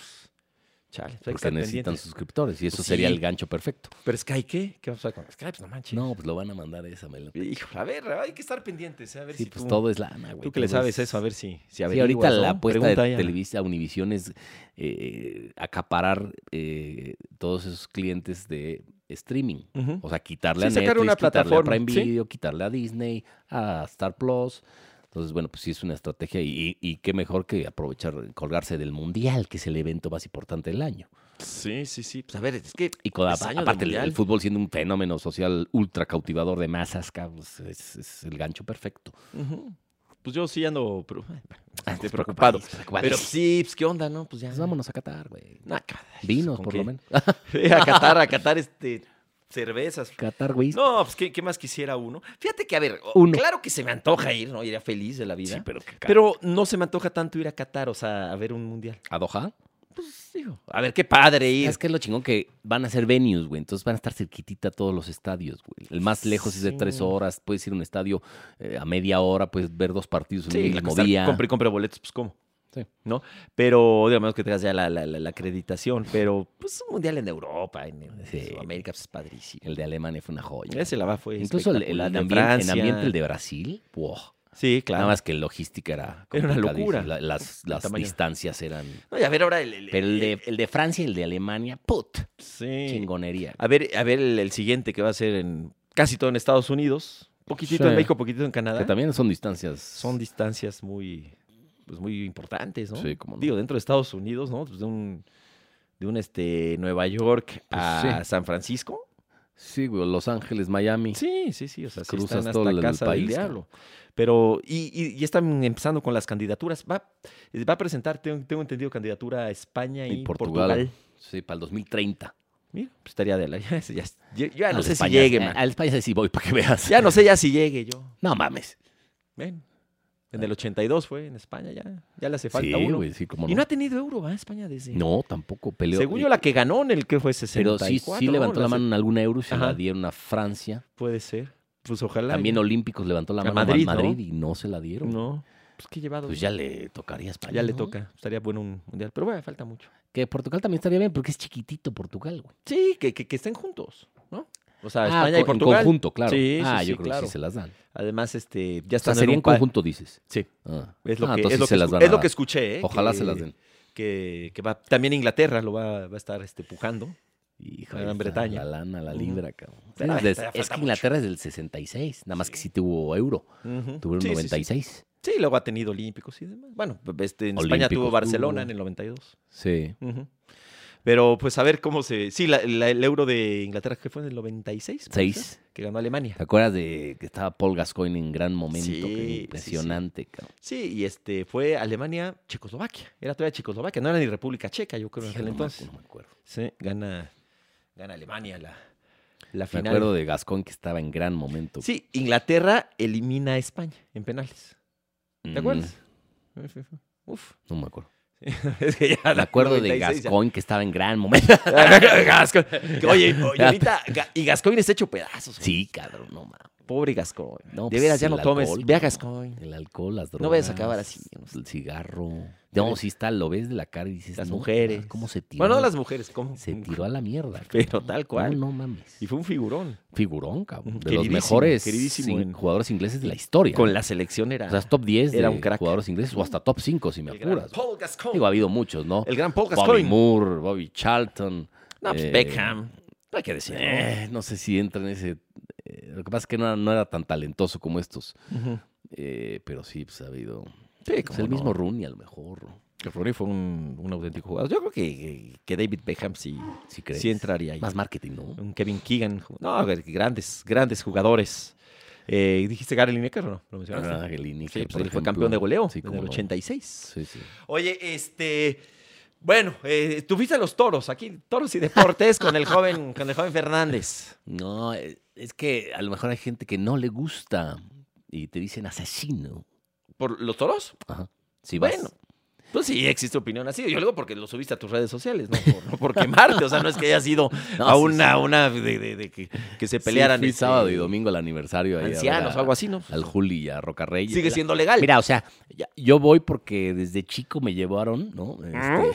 A: chale. hay que
B: Porque
A: estar
B: necesitan
A: pendientes.
B: suscriptores y eso
A: Pues
B: sería
A: sí.
B: el gancho perfecto.
A: Pero Sky, ¿qué? ¿Qué va a pasar con Skype? No manches.
B: No, pues lo van a mandar esa, Melo.
A: Híjole, a ver, hay que estar pendientes. ¿eh? A ver
B: Sí,
A: si
B: pues
A: tú,
B: todo es lana, güey.
A: tú que le
B: todo
A: sabes
B: es-
A: eso, a ver si, si
B: Sí, ahorita
A: averiguas,
B: la
A: ¿no?
B: apuesta
A: Pregunta
B: de
A: ya.
B: Televisa a Univision es eh, acaparar eh, todos esos clientes de streaming.
A: Ujú.
B: O sea, quitarle
A: Sí,
B: a
A: sacar
B: Netflix,
A: una
B: quitarle a
A: plataforma,
B: Prime
A: sí.
B: Video, quitarle a Disney, a Star Plus. Entonces, bueno, pues sí es una estrategia y, y- y qué mejor que aprovechar, colgarse del Mundial, que es el evento más importante del año.
A: Sí, sí, sí. Pues a ver, es que.
B: Y con-
A: Es año de
B: aparte, el, el
A: Mundial.
B: fútbol siendo un fenómeno social ultra cautivador de masas, cabrón, pues, es, es el gancho perfecto.
A: ujú, Pues yo sí ando pre- este,
B: Estás
A: preocupado.
B: preocupadísimo,
A: Pero
B: preocupadísimo.
A: sí, pues qué onda, ¿no? Pues ya.
B: Pues vámonos a Qatar, güey.
A: Nah, caray, pues,
B: Vinos,
A: ¿con
B: por
A: qué?
B: lo menos.
A: a Qatar, a Qatar, este. Cervezas.
B: Qatar, güey.
A: No, pues ¿qué, qué más quisiera uno. Fíjate que, a ver, o-
B: Uno.
A: claro que se me antoja ir, ¿no? Iría feliz de la vida. pero,
B: que-
A: no se me antoja tanto ir a Qatar, o sea, a ver un mundial.
B: ¿A Doha?
A: Pues digo, a ver, qué padre ir.
B: Es que es lo chingón que van a ser venues, güey. Entonces van a estar cerquitita todos los estadios, güey. El más lejos es de tres
A: Sí.
B: horas. Puedes ir a un estadio eh, a media hora, puedes ver dos partidos en
A: Sí,
B: el
A: pues, la
B: mismo
A: cosa,
B: día.
A: Compre y compre boletos, pues cómo.
B: Sí.
A: ¿No? Pero, digamos que tengas ya la, la- la- la acreditación, pero pues un mundial en Europa, en, en
B: Sí.
A: Sudamérica, pues es padrísimo.
B: El de Alemania fue una joya.
A: Ese la va fue.
B: Incluso el, el
A: espectacular. De
B: ambien- en
A: Francia.
B: ambiente, el de Brasil, wow.
A: Sí, claro.
B: Nada más que logística era.
A: Era una
B: complicadísima.
A: locura.
B: La- las
A: El
B: las
A: tamaño.
B: distancias eran.
A: No, y a ver ahora el. el-
B: Pero el de, el de Francia y el de Alemania, put.
A: Sí. Ah,
B: Chingonería.
A: A ver, a ver el, el siguiente que va a ser en casi todo en Estados Unidos, poquitito
B: Sí.
A: en México, poquitito en Canadá.
B: Que también son distancias.
A: Son distancias muy, pues muy importantes, ¿no?
B: Sí, cómo no.
A: Digo, dentro de Estados Unidos, ¿no? Pues de un, de un este, Nueva York a
B: Pues, sí.
A: San Francisco.
B: Sí, güey. Los Ángeles, Miami.
A: Sí, sí, sí. O sea, sí
B: Cruzas
A: están
B: todo
A: hasta
B: el- el
A: casa
B: país,
A: del
B: cabrón.
A: diablo. Pero, y, y- y están empezando con las candidaturas. Va, va a presentar, tengo, tengo entendido, candidatura a España y,
B: Y
A: Portugal.
B: Portugal. Sí, para el 2030.
A: Mira, pues estaría de la. Ya, ya- yo ya no
B: Al
A: sé
B: España-
A: si llegue,
B: a-
A: man.
B: Al España sí voy para que veas.
A: Ya no sé ya si llegue yo.
B: No mames.
A: Ven. En el 82 fue en España, ya, ya le hace
B: Sí,
A: falta uno.
B: güey, sí, cómo
A: Y no
B: no.
A: ha tenido euro, ¿va? España desde.
B: No, tampoco peleó.
A: Según
B: Y-
A: yo, la que ganó en el que fue 64.
B: Pero sí, sí
A: ¿no?
B: levantó la
A: se-
B: mano en algún euro, se
A: Ajá.
B: la dieron a Francia.
A: Puede ser. Pues ojalá.
B: También
A: ¿no?
B: Olímpicos levantó la
A: A
B: mano a
A: Madrid,
B: Madrid,
A: ¿no?
B: y no se la dieron.
A: No. Pues qué llevado.
B: Pues
A: ¿no?
B: ya le tocaría a España.
A: Ya le
B: ¿no?
A: toca. Estaría bueno un mundial. Pero bueno, falta mucho.
B: Que Portugal también estaría bien porque es chiquitito Portugal, güey.
A: Sí, que, que, que estén juntos, ¿no? O sea,
B: Ah,
A: España y
B: co- en
A: Portugal.
B: conjunto, claro.
A: Sí, sí,
B: ah,
A: sí,
B: yo creo
A: claro.
B: que sí se las dan.
A: Además, este, ya
B: O sea,
A: están
B: sería
A: en
B: en
A: un pa-
B: conjunto, dices.
A: Sí.
B: Ah.
A: Es lo,
B: Ah,
A: que,
B: entonces
A: es lo
B: sí se
A: que
B: las
A: escu-
B: dan
A: es lo
B: a-
A: que escuché. ¿eh?
B: Ojalá se
A: Que-
B: las den.
A: Que, que va, también Inglaterra lo va, va a estar este, pujando.
B: Hijo,
A: Gran
B: ahí está,
A: Bretaña.
B: La lana, la
A: Ujú.
B: libra, cabrón.
A: Pero
B: Es,
A: ahí está, ya
B: es
A: falta
B: que
A: mucho.
B: Inglaterra es del 66, nada más que sí tuvo euro.
A: Ujú.
B: Tuvieron
A: Sí, sí, sí.
B: 96.
A: Sí, luego ha tenido Olímpicos y demás. Bueno, este, en España
B: Olímpicos
A: tuvo
B: tuvo.
A: Barcelona en el 92.
B: Sí.
A: Ujú. Pero pues a ver cómo se... Sí, la- la- el euro de Inglaterra que fue en el 96. puede
B: Seis.
A: ser, Que ganó Alemania.
B: ¿Te acuerdas de que estaba Paul Gascoigne en gran momento?
A: Sí,
B: que era
A: sí, sí.
B: impresionante, cabrón.
A: Sí, y este fue Alemania, Checoslovaquia. Era todavía Checoslovaquia, no era ni República Checa, yo creo, en
B: Sí,
A: aquel
B: no me acu-
A: entonces.
B: no me acuerdo.
A: Sí, gana, gana Alemania la, la
B: Me
A: final.
B: acuerdo de Gascoigne que estaba en gran momento.
A: Sí, Inglaterra elimina a España en penales. ¿Te
B: Mm,
A: acuerdas? Uf.
B: No me acuerdo.
A: Es que ya
B: Me acuerdo de
A: 96 ya.
B: Gascoigne que estaba en gran momento.
A: Gascoigne. Oye, oye, ahorita. Ga- Y Gascoigne está hecho pedazos. güey.
B: Sí, cabrón, no mames.
A: Pobre Gascoigne.
B: No,
A: de
B: pues,
A: veras, ya
B: el
A: no tomes.
B: alcohol,
A: Ve a
B: cabrón.
A: Gascoigne.
B: El alcohol, las drogas.
A: No vayas a acabar así, no sé.
B: El cigarro. No, sí está, lo ves de la cara y dices.
A: Las
B: no, Ah,
A: mujeres.
B: ¿Cómo se tiró?
A: Bueno, no las mujeres, ¿cómo?
B: Se tiró a la mierda.
A: Pero tal cual.
B: No, no mames.
A: Y fue un figurón.
B: Figurón, cabrón. De los
A: Queridísimo,
B: mejores
A: queridísimo
B: in-
A: en-
B: jugadores ingleses de la historia.
A: Con la selección era.
B: O sea, es top 10
A: Era
B: de
A: un crack.
B: jugadores ingleses o hasta top 5, si me
A: el gran
B: apuras.
A: Paul Gascoigne.
B: Digo, ha habido muchos, ¿no?
A: el gran Paul
B: Bobby
A: Gascoigne.
B: Moore, Bobby Charlton.
A: No, pues
B: eh,
A: Beckham. No hay que decir. ¿no?
B: eh, no sé si entra en ese... eh, lo que pasa es que no, era- no era tan talentoso como estos.
A: Ujú.
B: eh, pero sí, pues ha habido...
A: Sí,
B: pues,
A: cómo
B: el
A: no.
B: mismo Rooney, a lo mejor.
A: Que Rooney fue un, un auténtico jugador. Yo creo que, que David Beckham sí,
B: Si crees.
A: sí entraría ahí.
B: Más marketing, ¿no?
A: Un Kevin Keegan. No, grandes, grandes jugadores. Eh, dijiste Gary Lineker, ¿o ¿no? ¿Lo mencionaste?
B: Ah, Gelini,
A: Sí,
B: que,
A: pues
B: por
A: él fue
B: ejemplo,
A: campeón de goleo
B: sí,
A: en
B: cómo
A: el
B: no.
A: 86.
B: Sí, sí.
A: Oye, este. Bueno, eh, tuviste a los toros, aquí, toros y deportes con el joven, con el joven Fernández.
B: No, eh, es que a lo mejor hay gente que no le gusta y te dicen asesino.
A: ¿Por los toros?
B: Ajá. Si vas-
A: Bueno. Pues sí, existe opinión así. Yo lo digo porque lo subiste a tus redes sociales, no por, no por quemarte. O sea, no es que haya sido
B: No,
A: a
B: sí,
A: una,
B: sí.
A: una de, de- de que, que se
B: Sí,
A: pelearan.
B: fui
A: este,
B: sábado y domingo al aniversario. ahí a ver
A: Ancianos
B: a-
A: o algo así, ¿no?
B: Al Juli y a Rocarrey.
A: Sigue siendo legal.
B: Mira, o sea, ya- yo voy porque desde chico me llevaron, ¿no?
A: Ah.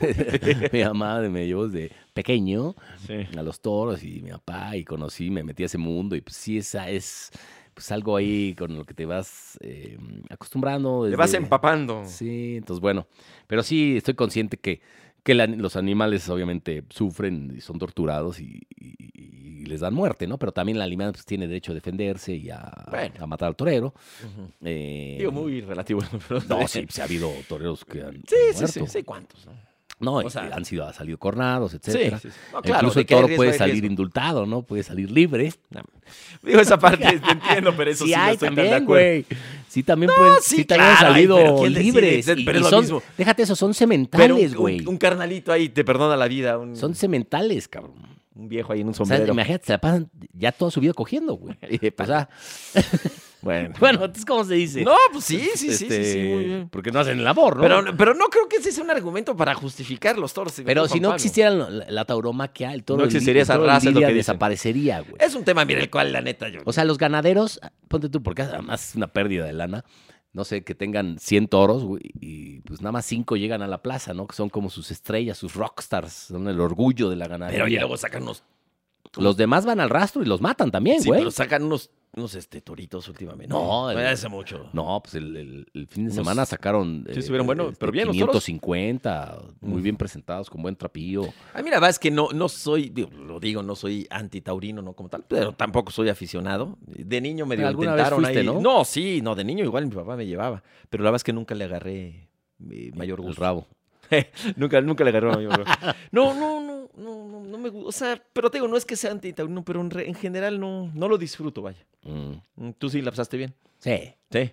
B: Este, mi mamá me llevó desde pequeño
A: Sí.
B: a los toros y mi papá y conocí, me metí a ese mundo y pues sí, esa es pues algo ahí con lo que te vas eh, acostumbrando.
A: Te vas
B: desde-
A: empapando.
B: pues, Sí, entonces bueno, pero sí estoy consciente que, que la- los animales obviamente sufren y son torturados y, y- y les dan muerte, ¿no? Pero también el animal pues, tiene derecho a defenderse y a,
A: Bueno.
B: a matar al torero.
A: Ujú.
B: Eh,
A: Digo, muy relativo. pero-
B: No, sí, pues, ha habido toreros que han,
A: Sí,
B: han
A: sí, sí,
B: muerto.
A: sí, ¿cuántos? no?
B: No,
A: O
B: y
A: sea-
B: han sido, ha salido cornados, etcétera.
A: Sí, sí, sí. No, claro,
B: Incluso
A: de
B: el
A: que hay
B: toro
A: riesgo,
B: puede
A: hay
B: salir
A: riesgo.
B: indultado, ¿no? Puede salir libre.
A: No. Digo, esa parte te entiendo, pero eso sí,
B: sí,
A: no
B: hay
A: estoy tan de
B: también,
A: acuerdo.
B: güey. Sí, también pueden,
A: sí,
B: sí, también han
A: claro, ay,
B: salido
A: pero ¿quién decide?
B: libres.
A: Pero
B: y-
A: es
B: y
A: lo
B: son-
A: mismo.
B: Déjate eso, son
A: Pero un,
B: sementales,
A: un-
B: güey.
A: un carnalito ahí te perdona la vida. Un,
B: Son sementales, cabrón.
A: un viejo ahí en un
B: O sea,
A: sombrero.
B: imagínate, se la pasan ya toda su vida cogiendo, güey. O sea,
A: Bueno.
B: bueno, entonces, ¿cómo se dice?
A: No, pues sí, sí, sí, sí, sí,
B: Este,
A: muy bien.
B: Porque no hacen el amor, ¿no?
A: Pero, pero no creo que ese sea un argumento para justificar los toros.
B: Pero
A: Juan
B: si no
A: Pablo.
B: existiera la, la tauromaquia, el toro
A: No
B: de Li-
A: existiría
B: el
A: esa
B: toro de
A: raza, es lo
B: Lidia
A: que dicen.
B: desaparecería, güey.
A: Es un tema, mira, el cual, la neta, yo.
B: O sea, los ganaderos, ponte tú, porque además es una pérdida de lana. No sé, que tengan 100 toros güey, y pues nada más 5 llegan a la plaza, ¿no? Que son como sus estrellas, sus rockstars, son el orgullo de la ganadería.
A: pero y luego sacan unos.
B: Los demás van al rastro y los matan también,
A: Sí,
B: güey.
A: pero sacan unos, unos este, toritos últimamente.
B: No,
A: me
B: el-
A: hace mucho.
B: No, pues el, el- el fin de
A: Unos-
B: semana sacaron.
A: Sí, estuvieron buenos,
B: este,
A: pero bien los toros. Mm.
B: 550, muy bien presentados, con buen trapillo.
A: Ay, mira, vas que no, no soy, digo, lo digo, no soy antitaurino, no como tal, pero tampoco soy aficionado. De niño me
B: Pero alguna vez
A: intentaron
B: fuiste,
A: ahí.
B: ¿no?
A: sí, no, de niño igual mi papá me llevaba. Pero la verdad es que nunca le agarré eh, mayor
B: El
A: gusto.
B: rabo.
A: nunca, nunca le agarré mayor gusto. No, no, no, no, no, no me gusta. O sea, pero te digo, no es que sea antitaurino, pero en, re- en general no, no lo disfruto, vaya.
B: Mm.
A: Mm, Tú sí la pasaste bien.
B: Sí.
A: Sí.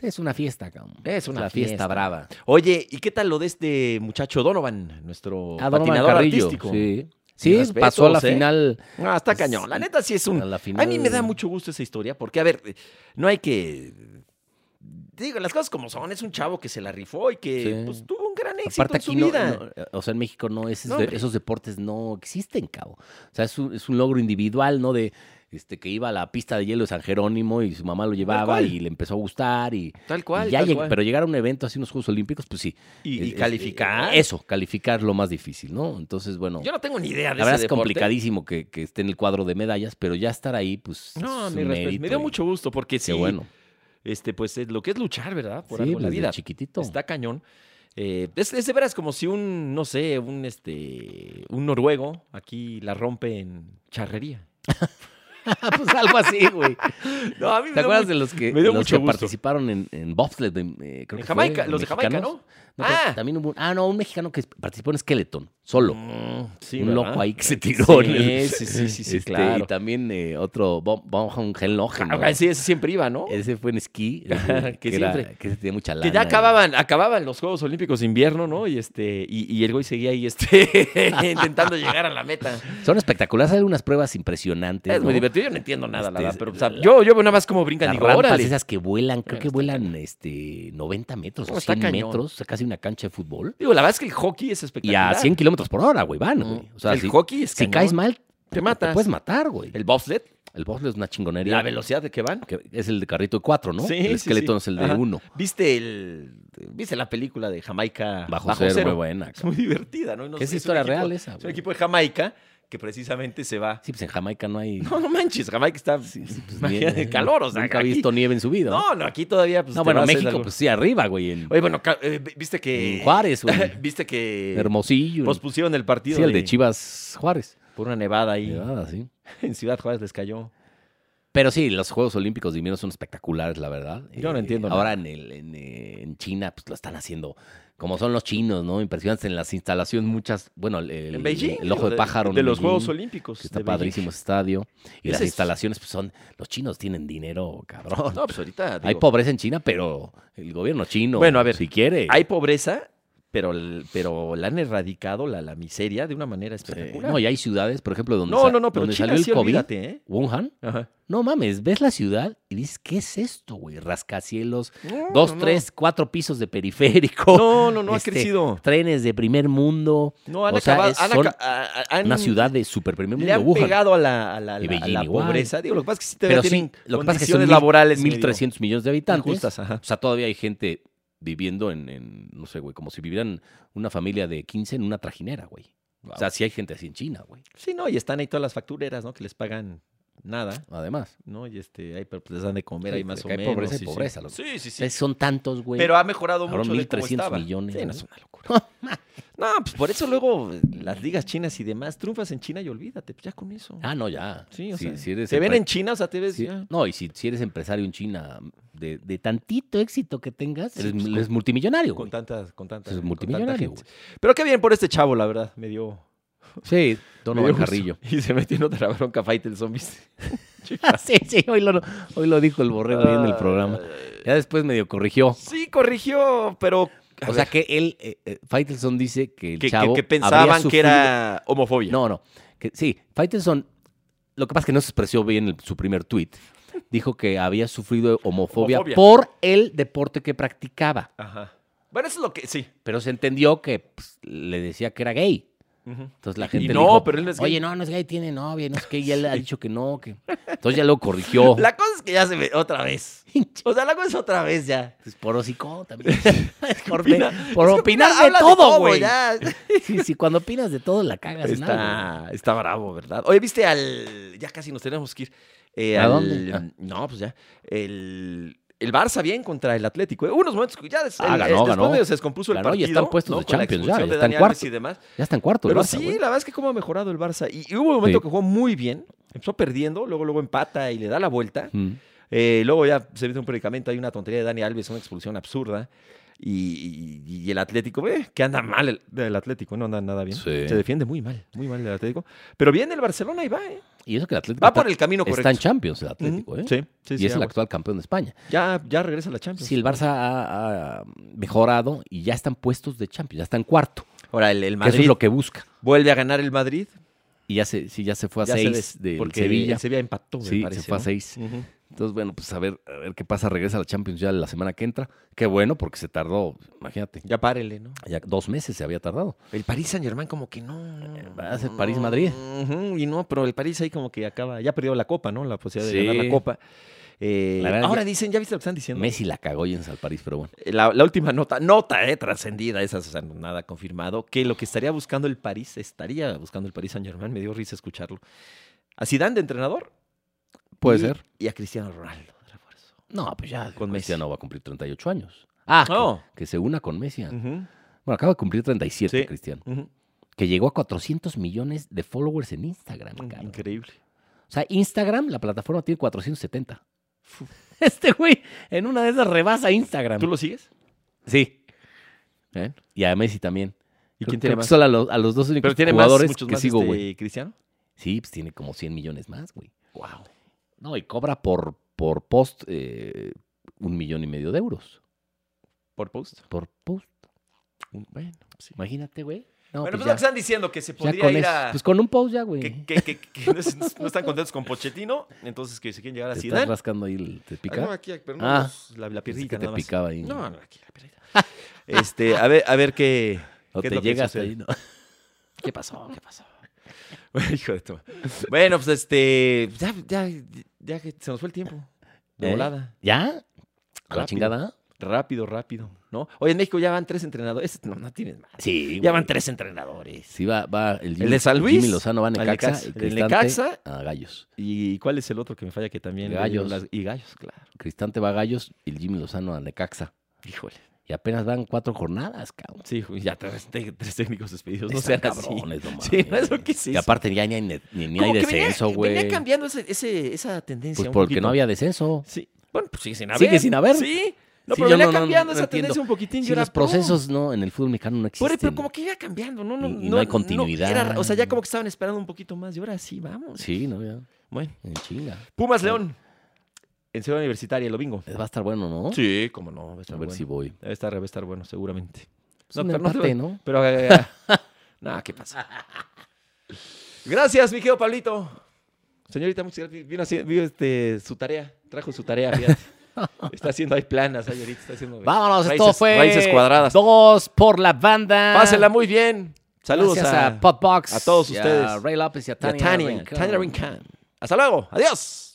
B: Es una fiesta, cabrón.
A: Es una fiesta.
B: brava.
A: Oye, ¿y qué tal lo de este muchacho Donovan, nuestro
B: A
A: patinador artístico?
B: Ah, Sí.
A: Mis
B: Sí,
A: respetos,
B: pasó a la
A: ¿eh?
B: final.
A: Ah, está cañón. La neta sí es un.
B: A,
A: A,
B: la final-
A: mí me da mucho gusto esa historia, porque, a ver, eh, no hay que. Digo, las cosas como son. Es un chavo que se la rifó y que
B: Sí.
A: pues, tuvo un gran éxito
B: Aparte
A: en su
B: aquí, no-
A: vida.
B: no, o sea, en México no, esos,
A: No,
B: de-
A: hombre.
B: esos deportes no existen, cabo. O sea, es un, es un logro individual, ¿no? De este que iba a la pista de hielo de San Jerónimo y su mamá lo llevaba
A: cual.
B: y le empezó a gustar y,
A: Tal
B: y ya lleg- pero llegar a un evento así unos Juegos Olímpicos, pues sí.
A: y, y
B: Es- es-
A: calificar.
B: Eso, calificar lo más difícil, ¿no? Entonces, bueno,
A: Yo no tengo ni idea
B: la
A: de ese
B: verdad es
A: deporte.
B: complicadísimo que, que esté en el cuadro de medallas, pero ya estar ahí, pues.
A: No,
B: es
A: mi
B: un
A: respeto. Me
B: mérito
A: dio
B: y-
A: mucho gusto porque
B: Qué
A: sí,
B: bueno.
A: este, pues es lo que es luchar, ¿verdad? Por
B: Sí, pues,
A: algo en la
B: desde
A: vida.
B: chiquitito.
A: Está cañón. Eh, es, es de veras como si un, no sé, un este, un noruego aquí la rompe en charrería.
B: pues algo así, güey.
A: No, a mí me dio
B: ¿Te acuerdas
A: mucho-
B: de los que,
A: me dio
B: los
A: mucho
B: que
A: gusto.
B: participaron en, en bobsled? en, eh, creo
A: En
B: que
A: Jamaica,
B: fue,
A: los de Jamaica,
B: mexicanos?
A: ¿no?
B: pero
A: Ah.
B: También hubo, un- ah, no, un mexicano que participó en Skeleton, solo.
A: Mm, sí,
B: un
A: ¿verdad?
B: loco ahí que se tiró. en el-
A: Sí, sí, sí, sí, sí,
B: Este,
A: claro.
B: Y también eh, otro, Bonham Henlogen.
A: Ah, sí, ese siempre iba, ¿no?
B: Ese fue en esquí.
A: Ajá,
B: que,
A: que
B: era-
A: siempre-
B: que se tenía mucha lana.
A: que ya
B: y-
A: acababan, acababan los Juegos Olímpicos de invierno, ¿no? Y este, y, y el güey seguía ahí este, intentando llegar a la meta.
B: Son espectaculares, hay unas pruebas impresionantes.
A: Es muy
B: ¿no?
A: divertido, yo no entiendo nada, la
B: Este,
A: verdad. Pero o sea,
B: la-
A: yo, yo veo nada más cómo brincan,
B: Las
A: digo,
B: rampas
A: órale.
B: esas que vuelan,
A: Bueno,
B: creo que
A: está
B: vuelan este, 90 metros
A: No,
B: o
A: está
B: 100
A: cañón.
B: metros, o sea, casi una cancha de fútbol.
A: Digo, la verdad es que el hockey es
B: Y
A: espectacular.
B: a 100 kilómetros por hora, güey, van, güey.
A: Mm.
B: O sea,
A: el
B: si,
A: hockey es
B: si
A: cañón.
B: caes mal,
A: te matas.
B: puedes matar, güey. El,
A: el bobsled,
B: bobsled es una chingonería.
A: la velocidad de que van.
B: que es el de carrito de cuatro, ¿no?
A: Sí, sí,
B: el esqueleto
A: sí.
B: es el de
A: Ajá.
B: uno.
A: ¿Viste el viste la película de Jamaica
B: Bajo, cero, muy buena.
A: Es
B: cabrón.
A: muy divertida, ¿no? Y no
B: Que es
A: sé, un
B: historia
A: equipo-
B: real esa,
A: Es un
B: güey.
A: equipo de Jamaica que precisamente se va.
B: Sí, pues en Jamaica no hay
A: No, no manches, Jamaica está
B: pues,
A: imagínate,
B: nieve.
A: calor, o sea,
B: Nunca ha
A: aquí-
B: visto nieve en su vida. No,
A: No, no, aquí todavía pues,
B: No,
A: te
B: bueno,
A: vas en
B: México,
A: algo.
B: pues sí, arriba, güey. En,
A: Oye, bueno, ca- eh, vi- viste que
B: en Juárez, güey.
A: viste que
B: en Hermosillo. en-
A: pospusieron el partido
B: Sí, el pues, de Chivas Juárez.
A: por una nevada ahí
B: Nevada, sí.
A: en Ciudad Juárez les cayó.
B: Pero sí, los Juegos Olímpicos de invierno son espectaculares, la verdad.
A: Yo no
B: Eh,
A: entiendo
B: Ahora en, el- en, eh, en China pues, lo están haciendo como son los chinos, ¿no? Impresionantes en las instalaciones, muchas, bueno, el, el-
A: En Beijing.
B: el ojo de,
A: digo,
B: pájaro. en
A: De los
B: Beijing,
A: Juegos Olímpicos.
B: que está
A: de Beijing.
B: padrísimo ese estadio.
A: Ese
B: Y las
A: es-
B: instalaciones, pues son, los chinos tienen dinero, cabrón.
A: No, pues ahorita.
B: Hay
A: digo,
B: pobreza en China, pero el gobierno chino,
A: Bueno, a ver,
B: si quiere.
A: hay pobreza, pero, el- pero la han erradicado, la, la miseria, de una manera
B: Sí.
A: espectacular.
B: eh, No, y hay ciudades, por ejemplo, donde,
A: no,
B: sa-
A: no, no, pero
B: donde
A: China
B: salió el
A: sí,
B: COVID,
A: olvídate, ¿eh?
B: Wuhan.
A: Ajá.
B: No mames, ves la ciudad y dices, ¿qué es esto, güey? Rascacielos,
A: No,
B: dos,
A: no, no.
B: tres, cuatro pisos de periférico,
A: No, no, no
B: Este,
A: ha crecido.
B: trenes de primer mundo,
A: No, han
B: o sea,
A: acabado.
B: es-
A: han
B: son
A: aca- a- a- han-
B: una ciudad de super primer
A: Le
B: mundo,
A: han
B: Wuhan.
A: pegado a la, a la, a
B: Y
A: la- a la
B: Beijing igual.
A: pobreza. Digo, lo que pasa es que sí te
B: Pero sí,
A: tienen
B: lo que pasa es que son
A: condiciones
B: mil-
A: laborales. medio
B: 1.300 millones de habitantes.
A: injustas, ajá.
B: O sea, todavía hay gente viviendo en, en, no sé, güey, como si vivieran una familia de 15 en una trajinera, güey. O sea, sí hay gente así en China, güey.
A: Sí, no, y están ahí todas las factureras, ¿no? Que les pagan nada,
B: Además.
A: ¿no? Y este, ahí, pero pues les dan de comer
B: Sí,
A: ahí más
B: de
A: o
B: que hay
A: menos.
B: pobreza y
A: sí,
B: pobreza,
A: sí.
B: loco.
A: sí, sí, sí.
B: Entonces, son tantos, güey.
A: Pero ha mejorado
B: Cabrón,
A: mucho.
B: 1.300
A: 1.300
B: millones,
A: Sí, no,
B: ¿no?
A: es una locura. No, pues por eso luego eh, las ligas chinas y demás triunfas en China y olvídate, pues ya con eso.
B: Ah, no, ya.
A: sí, o
B: Si-
A: sea,
B: si eres
A: te ven
B: empre-
A: en China, o sea, te ves
B: si-
A: ya.
B: No, y si, si eres empresario en China, de, de tantito éxito que tengas,
A: Sí,
B: eres,
A: pues,
B: eres
A: con-
B: multimillonario,
A: con
B: güey.
A: tantas, con tantas,
B: Es multimillonario,
A: Pero qué bien por este chavo, la verdad, me dio
B: Sí,
A: Me
B: Donovan
A: dio gusto.
B: Carrillo.
A: Y se metió en otra bronca fight el zombie.
B: Ah, sí, sí, hoy lo, hoy lo dijo el borrego ahí en el programa. Ya después medio corrigió.
A: Ah, Sí, corrigió, pero. a
B: O sea
A: ver,
B: que él, eh, eh, Faitelson dice que el
A: que, que-
B: chavo.
A: que
B: habría
A: pensaban que
B: sufrido-
A: era homofobia.
B: No, no. Que, sí, Faitelson, lo que pasa es que no se expresó bien en su primer tuit. Dijo que había sufrido homofobia,
A: Homofobia.
B: por el deporte que practicaba.
A: Ajá. Bueno, eso es lo que. Sí.
B: Pero se entendió que pues, le decía que era gay.
A: Ujú.
B: Entonces la
A: Y- y
B: gente le
A: no,
B: dijo,
A: pero él no es gay.
B: oye, no, no es gay, tiene novia, y no es que ya le ha dicho que no. que Entonces ya lo corrigió.
A: La cosa es que ya se ve otra vez. O sea, la cosa es otra vez ya.
B: Pues, por hocicón también. por
A: Opina-
B: por
A: es que
B: opinar
A: opina-
B: de
A: habla
B: todo, güey.
A: ya.
B: Sí, sí, cuando opinas de todo la cagas en algo, güey.
A: Está, está bravo, ¿verdad? Oye, viste al. Ya casi nos tenemos que ir. Eh,
B: ¿A
A: al-
B: dónde? Ah.
A: No, pues ya. El. El Barça bien contra el Atlético. ¿eh? Unos momentos que ya des-
B: Ah,
A: el-
B: ganó,
A: después
B: ganó.
A: medio se descompuso el
B: Ganó y
A: partido.
B: están puestos de
A: Con la
B: Champions ya,
A: expulsión
B: ya
A: de
B: están
A: Dani Alves
B: cuartos.
A: y demás.
B: Ya está en cuarto, el
A: Pero
B: Barça,
A: sí,
B: güey.
A: la verdad es que cómo ha mejorado el Barça. Y, y hubo un momento
B: Sí.
A: que jugó muy bien. Empezó perdiendo, luego luego empata y le da la vuelta.
B: Mm.
A: Eh, luego ya se mete un predicamento, hay una tontería de Dani Alves, una expulsión absurda. Y, y- y el Atlético, eh, que anda mal el, el Atlético, no anda nada bien.
B: Sí.
A: Se defiende muy mal, muy mal el Atlético. Pero bien el Barcelona y va, ¿eh?
B: Y eso que el Atlético
A: Va
B: está,
A: por el camino correcto.
B: está en Champions, el Atlético,
A: Ujú,
B: ¿eh?
A: Sí, sí,
B: y
A: sí,
B: es el
A: aguas.
B: actual campeón de España.
A: ya, ya regresa a la Champions.
B: Sí, el Barça ha, ha mejorado y ya están puestos de Champions, ya está en cuarto.
A: Ahora, el, el
B: que eso
A: Madrid
B: es lo que busca.
A: vuelve a ganar el Madrid.
B: Y ya se, sí, ya se fue a
A: ya se
B: seis
A: des-
B: de
A: porque
B: Sevilla.
A: el Sevilla empató, me
B: sí,
A: parece,
B: se fue a
A: ¿no?
B: seis.
A: Ujú.
B: Entonces, bueno, pues a ver, a ver qué pasa. Regresa a la Champions ya la semana que entra. Qué bueno, porque se tardó, imagínate,
A: Ya párele, ¿no?
B: ya dos meses se había tardado.
A: El París Saint Germain como que no. no,
B: va a ser
A: no,
B: París-Madrid.
A: ujú, y no, pero el París ahí como que acaba, ya perdió la copa, ¿no? La posibilidad de
B: Sí.
A: ganar la copa. Eh,
B: La verdad,
A: ahora
B: ya-
A: dicen, ¿ya viste lo que están diciendo? Eh,
B: Messi la cagó y en San París, pero bueno.
A: La, la última nota, nota eh, trascendida, esa o sea, nada confirmado, que lo que estaría buscando el París, estaría buscando el París Saint Germain, me dio risa escucharlo. A Zidane de entrenador.
B: Puede
A: y-
B: ser.
A: Y a Cristiano Ronaldo de refuerzo.
B: No, pues ya
A: Con
B: con
A: Messi.
B: Messi no va a cumplir 38 años. Ah, que-
A: Oh.
B: que, se una con Messi.
A: Ujú,
B: Bueno, acaba de cumplir 37,
A: Sí.
B: Cristiano.
A: ujú.
B: Que llegó a 400 millones de followers en Instagram, cabrón.
A: Mm, Increíble.
B: O sea, Instagram, la plataforma tiene 470. Este güey en una de esas rebasa Instagram.
A: ¿Tú lo sigues?
B: Sí.
A: ¿Eh?
B: Y a Messi también.
A: ¿Y quién
B: Creo- creo
A: tiene
B: que
A: más?
B: Solo a los, a los dos únicos
A: Pero tiene más,
B: jugadores
A: muchos
B: que
A: más
B: sigo,
A: este,
B: güey.
A: Cristiano.
B: Sí, pues tiene como 100 millones más, güey.
A: Wow.
B: No, y cobra por, por post eh, un millón y medio de euros.
A: Por post.
B: Por post.
A: Bueno, sí.
B: Imagínate, güey. No,
A: bueno, pues,
B: pues
A: lo
B: ya.
A: que están diciendo que se
B: Ya
A: podría
B: con
A: ir
B: eso.
A: a.
B: Pues con un post ya, güey.
A: que, que- que- que no, es- no están contentos con Pochettino, entonces que se quieren llegar a
B: Te estás
A: Zidane.
B: rascando ahí, el- ¿te
A: Ah, no,
B: pica?
A: aquí, pero no,
B: Ah.
A: los- la, la
B: Es que
A: piernita
B: te
A: nada más.
B: picaba ahí.
A: No, no, aquí la piernita. Este, a ver, a ver qué.
B: O
A: qué es
B: te
A: lo que
B: llegas
A: sucede.
B: ahí, ¿no?
A: ¿Qué pasó? ¿Qué pasó? Bueno, hijo de tu- Bueno, pues este. Ya, ya, ya que se nos fue el tiempo. De
B: ¿Eh?
A: volada.
B: ¿Ya? ¿A
A: Rápido.
B: la chingada?
A: Rápido, rápido. ¿No? Oye, en México ya van tres entrenadores. Este, No, no tienes más.
B: Sí.
A: Ya
B: güey.
A: van tres entrenadores.
B: Sí, va, va el, Jimmy,
A: de San
B: Jimmy
A: Luis,
B: Lozano va a
A: al
B: Necaxa.
A: Necaxa,
B: y
A: el del
B: Cristante
A: Necaxa.
B: A Gallos.
A: ¿Y cuál es el otro que me falla que también? le dio
B: Gallos.
A: las- Y gallos, claro.
B: Cristante va a Gallos y el Jimmy Lozano a Necaxa.
A: Híjole.
B: Y apenas van cuatro jornadas, cabrón.
A: Sí, güey, ya tres, te- tres técnicos despedidos. No
B: Están
A: sean así.
B: cabrones, no
A: Sí, no
B: mames.
A: es lo que sí.
B: Y aparte ya ni hay, ne- ni, ni hay
A: Como que venía-
B: descenso, güey.
A: Venía cambiando ese- ese- esa tendencia.
B: Pues
A: un
B: porque
A: poquito.
B: no había descenso.
A: Sí. Bueno, pues sigue sin
B: Sigue
A: haber.
B: sin haber.
A: Sí. No,
B: Sí,
A: pero
B: yo
A: venía
B: no- no-
A: cambiando
B: no
A: esa
B: entiendo.
A: tendencia un poquitín.
B: Sí,
A: yo era
B: los
A: pro.
B: procesos no, en el fútbol mexicano no
A: Pero,
B: existen.
A: pero como que iba cambiando, ¿no? No,
B: Y- y no hay continuidad.
A: era- o sea, ya como que estaban esperando un poquito más. Y ahora sí, vamos.
B: Sí, no, ya.
A: Bueno.
B: En chinga.
A: Pumas León. En Ciudad Universitaria, el domingo.
B: Va a estar bueno, ¿no?
A: Sí, cómo no. va
B: A
A: estar
B: ver
A: bueno. Pues,
B: si voy.
A: Debe estar, debe estar bueno, seguramente.
B: Es un
A: pero te-
B: empate, ¿no?
A: Pero, eh, eh, nada, ¿qué pasa? Gracias, mi querido Pablito. Señorita, muchas gracias. Vino, así- vino, este, su tarea, trajo su tarea, fíjate. Está haciendo, hay planas ahí ahorita, está haciendo.
B: Vámonos, esto
A: raíces-
B: fue.
A: Raíces cuadradas.
B: Dos por la banda.
A: Pásenla muy bien. Saludos
B: Gracias
A: a,
B: a, Podbox.
A: a todos
B: y
A: ustedes.
B: A Ray López y
A: y
B: a
A: a
B: Tania.
A: Tania,
B: Rincón.
A: Tania Rincón. Hasta luego, adiós.